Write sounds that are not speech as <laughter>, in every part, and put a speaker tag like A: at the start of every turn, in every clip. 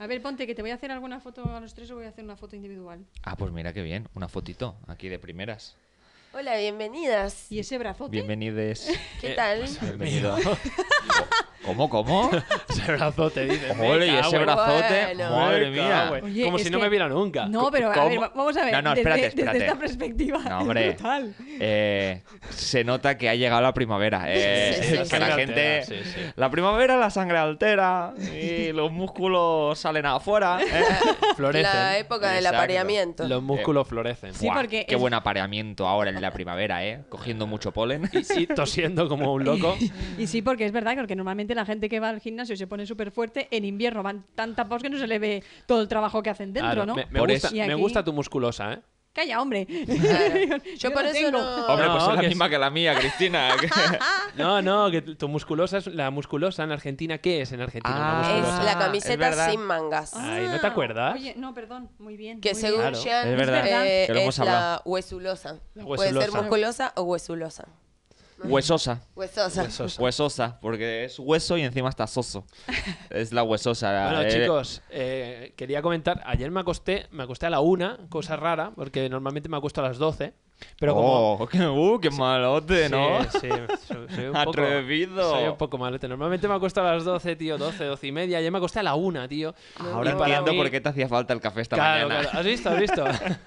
A: A ver, ponte que te voy a hacer alguna foto a los tres o voy a hacer una foto individual.
B: Ah, pues mira qué bien. Una fotito aquí de primeras.
C: Hola, bienvenidas.
A: ¿Y ese brazote?
C: <laughs>
B: Bienvenides.
C: ¿Qué tal?
B: pues,
D: <laughs>
B: Bienvenido. ¿Cómo, cómo?
D: Ese brazo te dice.
B: Ole, y ese brazote.
C: bueno.
B: Madre mía.
A: Oye,
D: Como
A: es
D: si no
A: que-
D: me viera nunca.
A: No, pero a
B: ¿Cómo?
A: ver, va- vamos a ver.
B: No, no,
A: desde-
B: espérate,
A: desde,
B: espérate.
A: esta perspectiva. <laughs>
B: No,
A: es
B: hombre.
A: brutal.
B: Eh, se nota que ha llegado la primavera. eh,
C: Sí, sí, sí.
B: que la
D: Sangre
B: gente.
D: altera, sí, sí.
B: La primavera la sangre altera y los músculos salen afuera.
C: <laughs>
B: eh.
D: <laughs> Florecen.
C: La época del
B: Exacto.
C: apareamiento.
D: Los músculos florecen.
A: Sí,
B: Buah,
C: Eh,
A: porque
B: Qué
A: es-
B: buen apareamiento ahora en la primavera, ¿eh? Cogiendo mucho polen.
D: Y, y tosiendo como
A: <laughs>
D: un loco.
A: Y sí, porque es verdad, porque normalmente la gente que va al gimnasio se pone súper fuerte, en invierno van tan tapados que no se le ve todo el trabajo que hacen dentro,
D: Claro,
A: ¿no?
D: Me, me
B: Por
D: gusta,
B: eso-
A: Y
D: me
A: aquí-
D: gusta tu musculosa, ¿eh?
A: Calla, hombre. <laughs>
D: <laughs>
C: Claro. Yo,
A: la
C: por eso
A: tengo. Oh,
B: <laughs>
C: no.
B: Hombre, pues
D: No,
B: es la
D: que
B: misma que la mía,
C: <laughs>
B: Cristina.
A: Ah.
D: No, no, que tu musculosa es la musculosa en Argentina. ¿Qué es en Argentina?
B: Ah,
D: una
C: es
D: musculosa.
B: es
C: la camiseta
B: verdad.
C: sin mangas.
D: Ay, ¿no te acuerdas?
A: Oye, no, perdón, muy bien.
C: Que
A: Ah, muy
C: según
A: bien.
D: Claro,
C: Jean,
B: es verdad.
C: eh,
B: Que lo hemos
C: es la
B: hablado.
C: huesulosa.
D: La
C: Puede ser
D: huesulosa.
C: musculosa o huesulosa.
B: Huesosa.
C: Huesosa.
D: Huesosa.
B: Huesosa, porque es hueso y encima está soso. Es la huesosa.
D: Bueno,
B: eh,
D: chicos, eh, quería comentar. Ayer me acosté, me acosté a la una, cosa rara, porque normalmente me acuesto a las 12. Pero como.
B: oh, <laughs> qué, uh, qué malote, ¿no?
D: Sí, sí, soy,
B: <laughs>
D: soy un poco,
B: Atrevido.
D: Soy un poco malete. Normalmente me acuesto a las 12, tío, 12, 12 y media. Ayer me acosté a la una, tío.
B: Ahora
D: Y para
B: entiendo
D: mí-
B: por qué te hacía falta el café esta
D: claro,
B: mañana.
D: claro. Has visto, has visto.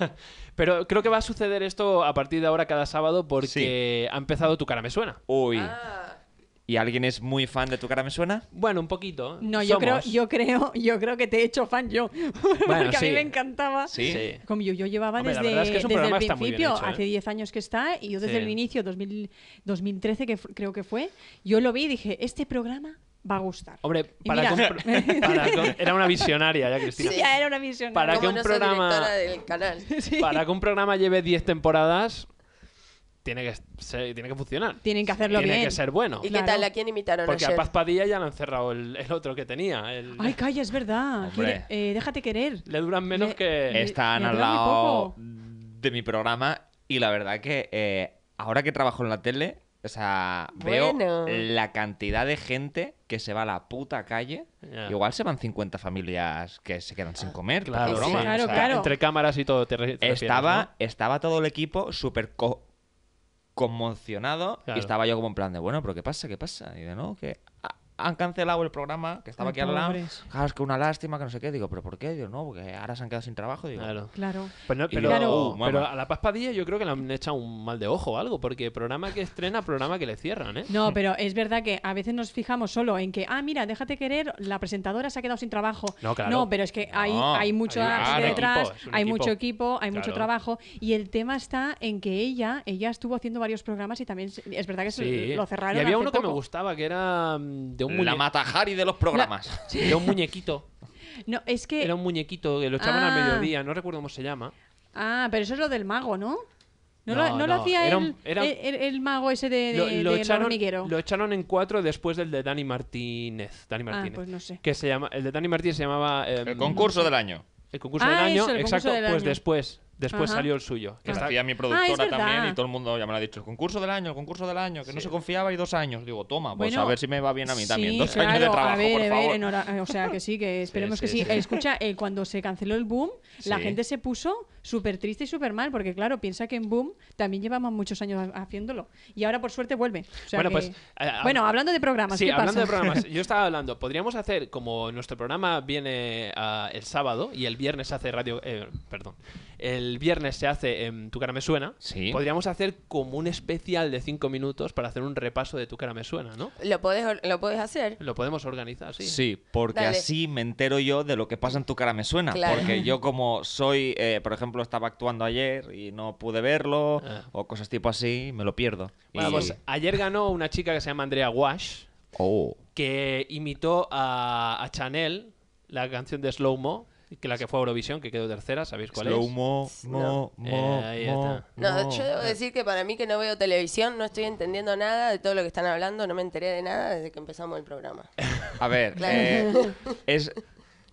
D: <laughs> Pero creo que va a suceder esto a partir de ahora cada sábado porque
B: Sí.
D: ha empezado Tu cara me suena.
B: Uy,
C: Ah,
B: ¿y alguien es muy fan de tu cara me suena?
D: Bueno, un poquito.
A: No, yo creo,
D: Somos.
A: yo creo, yo creo que te he hecho fan yo. <laughs> porque a
D: sí.
A: mí me encantaba.
B: Sí.
D: Sí.
A: Como yo, yo llevaba
D: Hombre, la
A: desde,
D: verdad es que es un
A: desde el
D: programa que está muy bien
A: principio,
D: hecho, ¿eh?
A: hace 10 años que está, y yo desde
D: Sí.
A: el inicio, 2000, 2013 que fu- creo que fue, yo lo vi y dije, este programa va a gustar.
D: Hombre,
A: Y
D: para
A: mira. <laughs>
D: compro- para com- era una visionaria ya,
A: Sí,
D: Cristina.
A: ya era una misión.
D: Para
C: como
D: que un
C: no soy
D: programa-
C: directora del canal.
A: Sí.
D: Para que un programa lleve 10 temporadas, tiene que, ser- tiene que funcionar.
A: Tienen que hacerlo
D: Tiene
A: bien.
D: que ser bueno.
C: ¿Y
A: Claro.
C: qué tal? ¿A quién imitaron
D: Porque a
C: ayer?
D: Paz Padilla ya lo han cerrado el, el otro que tenía. el-
A: Ay, calla, es verdad.
B: Hombre.
A: Quiere- eh, déjate querer.
D: le duran menos
A: Le-
D: que.
A: Eh,
B: Están
A: me
B: al
A: hablan muy
B: lado
A: poco.
B: de mi programa y la verdad que eh, ahora que trabajo en la tele, o sea, veo
C: Bueno.
B: la cantidad de gente que se va a la puta calle.
D: Ya.
B: Igual se van 50 familias que se quedan sin comer. por
D: Claro,
B: la
C: Sí,
B: broma,
A: claro,
B: o sea,
A: claro.
D: Entre cámaras y todo. te re- te refieres,
B: Estaba,
D: ¿no?
B: estaba todo el equipo súper co- conmocionado
D: Claro.
B: y estaba yo como en plan de, bueno, pero ¿qué pasa? ¿Qué pasa? Y de, no, que ha- han cancelado el programa que estaba
A: Ay,
B: aquí al lado.
A: pobres.
B: Claro, es que una lástima, que no sé qué. Digo, ¿pero por qué? Digo, no, porque ahora se han quedado sin trabajo. Digo,
D: Claro.
A: Claro.
D: Pues no,
B: Y
D: pero,
A: Claro.
B: uh,
D: pero
B: mamá.
D: a la Paz Padilla yo creo que le han echado un mal de ojo o algo, porque programa que estrena, programa que le cierran, ¿eh?
A: No, pero es verdad que a veces nos fijamos solo en que, ah, mira, déjate querer, la presentadora se ha quedado sin trabajo.
D: No, claro.
A: pero es que hay,
B: No,
A: hay mucho
D: hay un-
A: arte
B: claro.
A: detrás,
D: equipo, es un
A: hay
D: equipo.
A: mucho equipo, hay mucho
D: Claro.
A: trabajo. Y el tema está en que ella, ella estuvo haciendo varios programas y también se- es verdad que se-
D: Sí.
A: lo cerraron.
D: Y había
A: hace
D: uno que me
A: poco.
D: gustaba, que era mm, de un,
B: la
D: muñe-
B: matajari de los programas.
D: de
A: <laughs>
D: un muñequito.
A: No, es que.
D: Era un muñequito que lo echaban al
A: Ah.
D: mediodía, no recuerdo cómo se llama.
A: Ah, pero eso es lo del mago, ¿no? No, lo,
D: No,
A: no lo
D: no,
A: hacía
D: era
A: el,
D: un- era-
A: el- el- el mago ese de,
D: Lo,
A: Eh, de-
D: lo
A: del
D: echaron,
A: hormiguero.
D: lo echaron en cuatro después del de Dani Martínez. Dani
A: ah,
D: Martínez.
A: pues no sé.
D: que se llama, el de Dani Martínez se llamaba em,
A: Mm.
B: El concurso del año.
D: el concurso
A: Ah,
D: del año,
A: eso, el concurso
D: exacto,
A: del
D: pues
A: año.
D: después, después
A: Ajá.
D: salió el suyo. que
B: Que lo
D: está-
B: hacía mi
A: Ah, es
B: productora
A: verdad.
B: también y todo el mundo ya me lo ha dicho. El concurso del año, el concurso del año, que no se confiaba y dos años. Digo, toma, pues
A: Bueno,
B: a ver si me va bien a mí también.
A: Sí,
B: Dos años de
A: claro,
B: trabajo,
A: a ver,
B: por
A: a ver,
B: favor.
A: enhora- eh, o sea, que sí,
B: <laughs>
A: que esperemos
D: Sí, sí,
A: que sí.
D: sí.
A: Escucha, eh, cuando se canceló el boom, la
B: Sí.
A: gente se puso súper triste y súper mal, porque claro, piensa que en boom también llevamos muchos años ha- haciéndolo. Y ahora, por suerte, vuelve. O sea
D: Bueno,
A: que-
D: pues, a- a-
A: bueno, hablando de programas,
D: Sí,
A: ¿qué
D: hablando de
A: pasa? <laughs>
D: programas, yo estaba hablando, podríamos hacer, como nuestro programa viene ah, el sábado y el viernes se hace radio, eh, perdón, el viernes se hace em, Tu cara me suena,
B: Sí.
D: podríamos hacer como un especial de cinco minutos para hacer un repaso de Tu cara me suena, ¿no?
C: ¿Lo podés, or- lo podés hacer?
D: Lo podemos organizar, sí.
B: Sí, porque
C: Dale.
B: así me entero yo de lo que pasa en tu cara me suena.
C: Claro.
B: Porque
C: <laughs>
B: yo como soy, eh, por ejemplo, estaba actuando ayer y no pude verlo
D: Ah.
B: o cosas tipo así, me lo pierdo.
D: Bueno,
B: Y-
D: pues ayer ganó una chica que se llama Andrea Wash,
B: Oh.
D: que imitó a, a Chanel la canción de Slow Mo, que la que fue a Eurovisión, que quedó tercera, ¿sabéis cuál
B: Slow
D: es?
B: mo, mo,
D: Eh,
B: mo,
D: ahí
B: mo,
D: está.
C: No,
B: mo.
C: yo debo decir que para mí que no veo televisión, no estoy entendiendo nada de todo lo que están hablando, no me enteré de nada desde que empezamos el programa.
B: A ver,
C: Claro.
B: eh, es...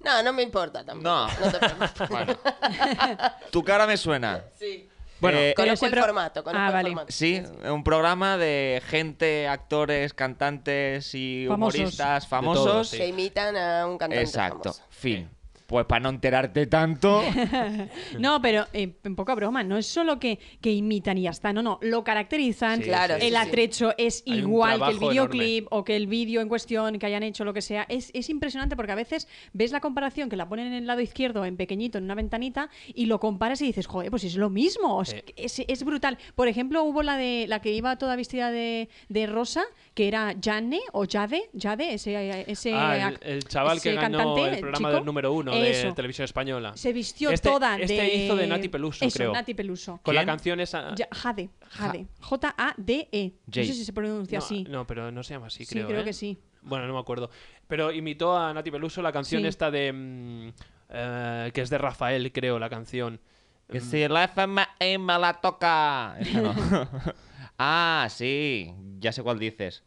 C: No, no me importa tampoco.
B: No.
C: te preocupes.
B: Bueno.
C: <laughs>
B: tu cara me suena.
C: Sí.
B: Bueno, Eh,
A: Pero ese
C: Conozco el
A: pro-
C: formato, conozco
A: Ah,
C: el
A: vale.
C: formato.
B: Sí, un programa de gente, actores, cantantes y
A: Famosos.
B: humoristas
D: todo,
B: famosos.
D: sí.
C: Que imitan a un cantante
B: Exacto,
C: famoso.
B: fin. Pues para no enterarte
D: <laughs>
B: tanto.
A: <laughs> No, pero eh, en poca broma, no es solo que, que imitan y ya está, no, no, lo caracterizan,
D: Sí,
C: Claro, sí,
A: el
C: sí.
A: atrecho es
D: Hay un
A: igual que el
D: trabajo
A: videoclip o que el vídeo en cuestión que hayan hecho, lo que sea. Es, es impresionante porque a veces ves la comparación que la ponen en el lado izquierdo, en pequeñito, en una ventanita, y lo comparas y dices, joder, pues es lo mismo, es,
D: Sí.
A: es- es brutal. Por ejemplo, hubo la de la que iba toda vestida de, de rosa, que era Jane o Jade, Jade, ese, ese
D: Ah,
A: ac-
D: el, el chaval que
A: ese
D: ganó
A: cantante,
D: el programa
A: chico.
D: del número uno de
A: Eso.
D: televisión española.
A: Se vistió
D: Este-
A: toda
D: este
A: de...
D: hizo de Nati Peluso,
A: Eso,
D: creo.
A: Nati Peluso.
D: Con la
B: ¿Quién?
D: canción esa.
A: Ya- Jade, Jade. J-A-D-E. E. No
B: Jade.
A: sé si se pronuncia
D: no,
A: así.
D: no, pero no se llama así,
A: Sí,
D: creo.
A: creo
D: ¿eh?
A: que sí.
D: Bueno, no me acuerdo. Pero imitó a Nati Peluso la canción
A: Sí.
D: esta de. mm, eh, que es de Rafael, creo, la canción.
B: Que si la FMM la toca. Esa no. <laughs> ah, sí. Ya sé cuál dices.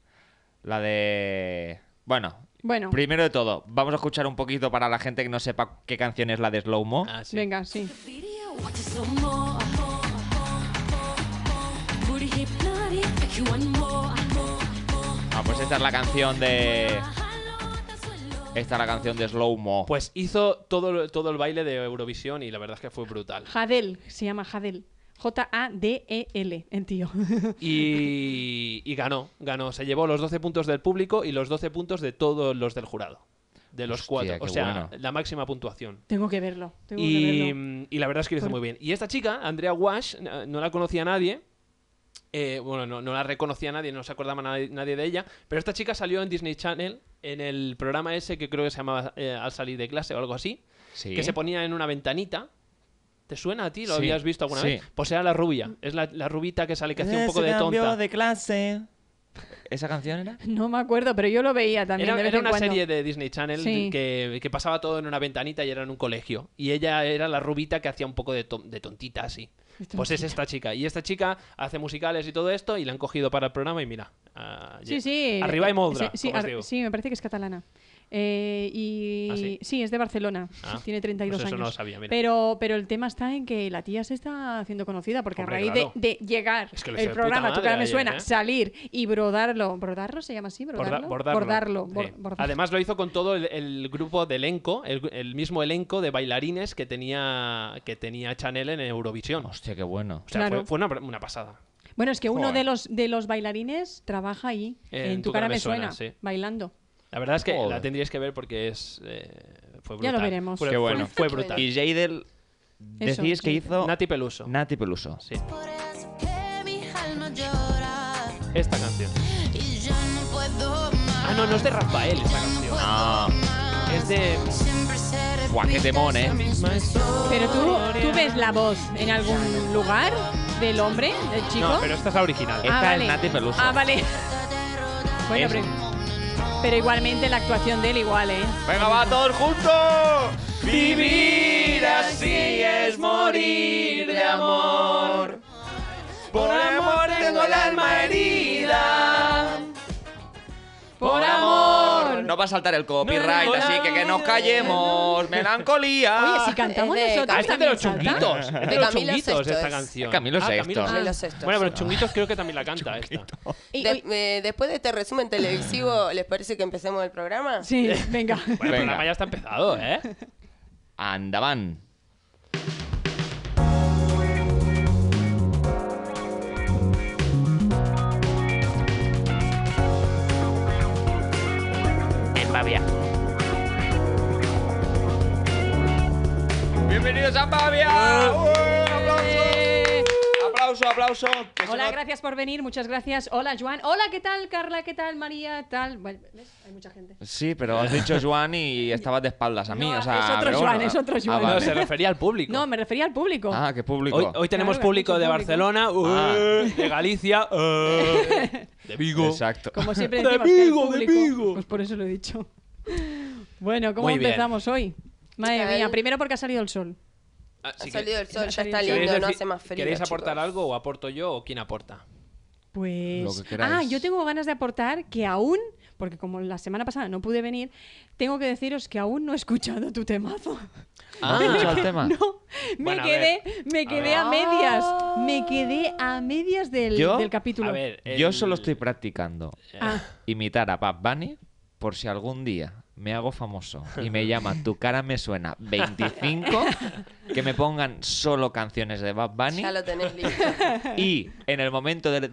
B: La de. Bueno.
A: Bueno,
B: Primero de todo, vamos a escuchar un poquito para la gente que no sepa qué canción es la de Slow Mo.
D: Ah, sí.
A: venga, sí.
E: Video, watch it some more. Booty hypnotic, make you want more.
B: Ah, pues esta es la canción de.
E: Jalota suelo.
B: Eh. Esta es la canción de Slow Mo.
D: Pues hizo todo, todo el baile de Eurovisión y la verdad es que fue brutal.
A: Jadel, se llama Jadel. J-A-D-E-L, el E tío. <laughs>
D: Y, y ganó, ganó. Se llevó los 12 puntos del público y los 12 puntos de todos los del jurado. De los
B: Hostia,
D: cuatro. O
B: qué
D: sea,
B: bueno.
D: la máxima puntuación.
A: tengo que verlo. Tengo que
D: Y,
A: verlo.
D: mm, y la verdad es que lo hizo muy bien. Y esta chica, Andrea Wash, n- no la conocía nadie. eh, bueno, no, no la reconocía nadie, no se acordaba nadie, nadie de ella. Pero esta chica salió en Disney Channel en el programa ese que creo que se llamaba eh, Al salir de clase o algo así.
B: Sí.
D: Que se ponía en una ventanita. ¿Te suena a ti? ¿Lo
B: Sí,
D: habías visto alguna
B: sí.
D: vez? Pues era la rubia. Es la, la rubita que sale, que
A: Eh,
D: hacía un poco de tonta.
B: clase. ¿Esa canción era?
A: No me acuerdo, pero yo lo veía también.
D: Era,
A: de vez
D: era
A: en
D: una
A: cuando.
D: serie de Disney Channel
A: Sí.
D: que, que pasaba todo en una ventanita y era en un colegio. Y ella era la rubita que hacía un poco de, ton- de tontita así.
A: De
D: Pues es
A: tontita.
D: esta chica. Y esta chica hace musicales y todo esto y la han cogido para el programa y mira. ah,
A: Sí,
D: ya.
A: sí.
D: Arriba y
A: moda
D: Moldra,
A: Sí,
D: como os
A: ar-
D: digo.
A: sí, me parece que es catalana. Eh, y
D: ¿Ah, sí?
A: es de Barcelona.
D: Ah,
A: Tiene 32
D: pues eso
A: años.
D: no lo sabía, mira.
A: Pero, pero el tema está en que la tía se está haciendo conocida porque
D: Hombre,
A: a raíz
D: claro.
A: de, de llegar
D: Es que lo hizo
A: el
D: de puta
A: programa, tu
D: madre
A: cara me
D: ayer,
A: suena,
D: ¿eh?
A: salir y brodarlo. ¿Brodarlo se llama así?
D: Borda-
A: ¿Brodarlo?
D: bordarlo.
A: bor-
D: Sí.
A: bordarlo.
D: Además lo hizo con todo el, el grupo de elenco, el, el mismo elenco de bailarines que tenía, que tenía Chanel en Eurovisión. O
B: Hostia, qué bueno.
D: sea,
A: Claro.
D: fue, fue una, una pasada.
A: Bueno, es que uno
B: Joder.
A: de los, de los bailarines trabaja ahí,
D: En
A: en Tu cara me suena,
D: sí.
A: bailando.
D: La verdad es que
B: Joder.
D: la tendríais que ver porque es... eh, fue brutal.
A: Ya lo veremos.
D: Fue,
B: Qué
D: fue-
B: bueno.
D: fue brutal.
B: Y Jadel
A: Eso,
B: decís que
A: Jadel.
B: hizo
D: Nati Peluso.
B: Nati Peluso.
D: Sí.
F: Por eso que mi alma llora
D: Esta canción.
F: y ya no puedo más.
D: Ah, no, no es de Rafael esta canción.
B: Ah,
D: Es de...
F: Siempre seré
B: guau, qué temón, eh.
A: Pero tú, tú ves la voz en algún lugar del hombre, del chico.
D: No, pero esta es la original.
B: esta es Nati Peluso.
A: Ah, vale. Bueno,
B: Es-
A: pero, pero igualmente la actuación de él igual, ¿eh?
B: ¡Venga, va todos juntos! Vivir así es morir de amor. Por amor tengo el alma herida.
A: ¡Por amor!
B: No va a saltar el copyright,
D: No, no, no,
B: así que que nos callemos. Melancolía.
A: Oye, si cantamos
C: Es de-
A: nosotros
D: Ah,
C: Ah,
D: esta es de
A: también
D: los
A: salta.
B: <laughs>
D: chunguitos. Es de
C: De
D: los
C: Camilo
D: chunguitos
C: Sexto
D: esta
C: es.
D: canción. Ah,
B: Es Ah, Camilo Sexto.
D: Sexto.
C: Camilo Sexto,
D: Bueno, pero
C: sí.
D: chunguitos creo que también
B: <laughs>
D: la canta esta.
A: Y-
C: De-
A: y-
C: eh, después de este resumen televisivo, ¿les parece que empecemos el programa?
A: sí,
D: <laughs>
A: venga.
D: Bueno, el
B: Venga.
D: programa ya está empezado,
B: <laughs>
D: ¿eh?
B: Andaban.
D: En Bavia.
B: Bienvenidos a Pavia. aplauso, aplauso, aplauso. ¡Eh! Que se
A: Hola,
B: nos-
A: gracias por venir, muchas gracias. Hola, Joan. Hola, ¿qué tal, Carla? ¿Qué tal, María? Tal. Bueno, ¿ves? Hay mucha gente.
B: Sí, pero
A: <laughs>
B: has dicho Juan y estabas de espaldas a mí.
A: No,
B: o sea,
A: es otro
B: pero
A: Joan,
B: bueno.
A: es otro Joan.
B: Ah, vale.
A: <laughs>
D: No, se refería al público.
A: No, me refería al público.
B: Ah, qué público.
D: Hoy, hoy tenemos
A: Claro,
D: público
A: mucho
D: de
A: público.
D: Barcelona, uh,
B: Ah.
D: de Galicia,
B: <laughs>
D: uh, de Vigo.
B: Exacto.
A: Como
D: <laughs>
A: siempre
D: De
A: decimos, que el
D: Vigo, de
A: público-
D: Vigo.
A: Pues por eso lo he dicho. <laughs> Bueno, ¿cómo
D: Muy bien.
A: empezamos hoy?
C: ¿Qué
A: Madre
C: tal?
A: mía, primero porque ha salido el sol.
D: Ah,
C: Ha
D: sí que-
C: salido el sol,
A: Ha
C: ya
A: salido
C: está
A: el sol.
C: lindo, no
D: decir-
C: hace más frío.
D: ¿Queréis aportar
C: chicos.
D: algo o aporto yo o quién aporta?
A: Pues.
B: Lo que
A: ah,
B: queráis.
A: yo tengo ganas de aportar que aún, porque como la semana pasada no pude venir, tengo que deciros que aún no he escuchado tu temazo. <laughs>
B: ¿No Ah, has <laughs> escuchado el tema?
A: No, me
D: Bueno, a
A: quedé,
D: ver.
A: me
D: A
A: quedé
D: ver. Ah.
A: a, medias. Me quedé a medias del,
B: ¿Yo?
A: del capítulo.
D: A ver,
B: Yo
D: el-
B: solo estoy practicando
A: Ah,
B: imitar a Bad Bunny por si algún día me hago famoso y me llama Tu cara me suena
A: <laughs>
B: 25, que me pongan solo canciones de Bad Bunny
C: Ya lo tenés listo.
B: y en el momento del-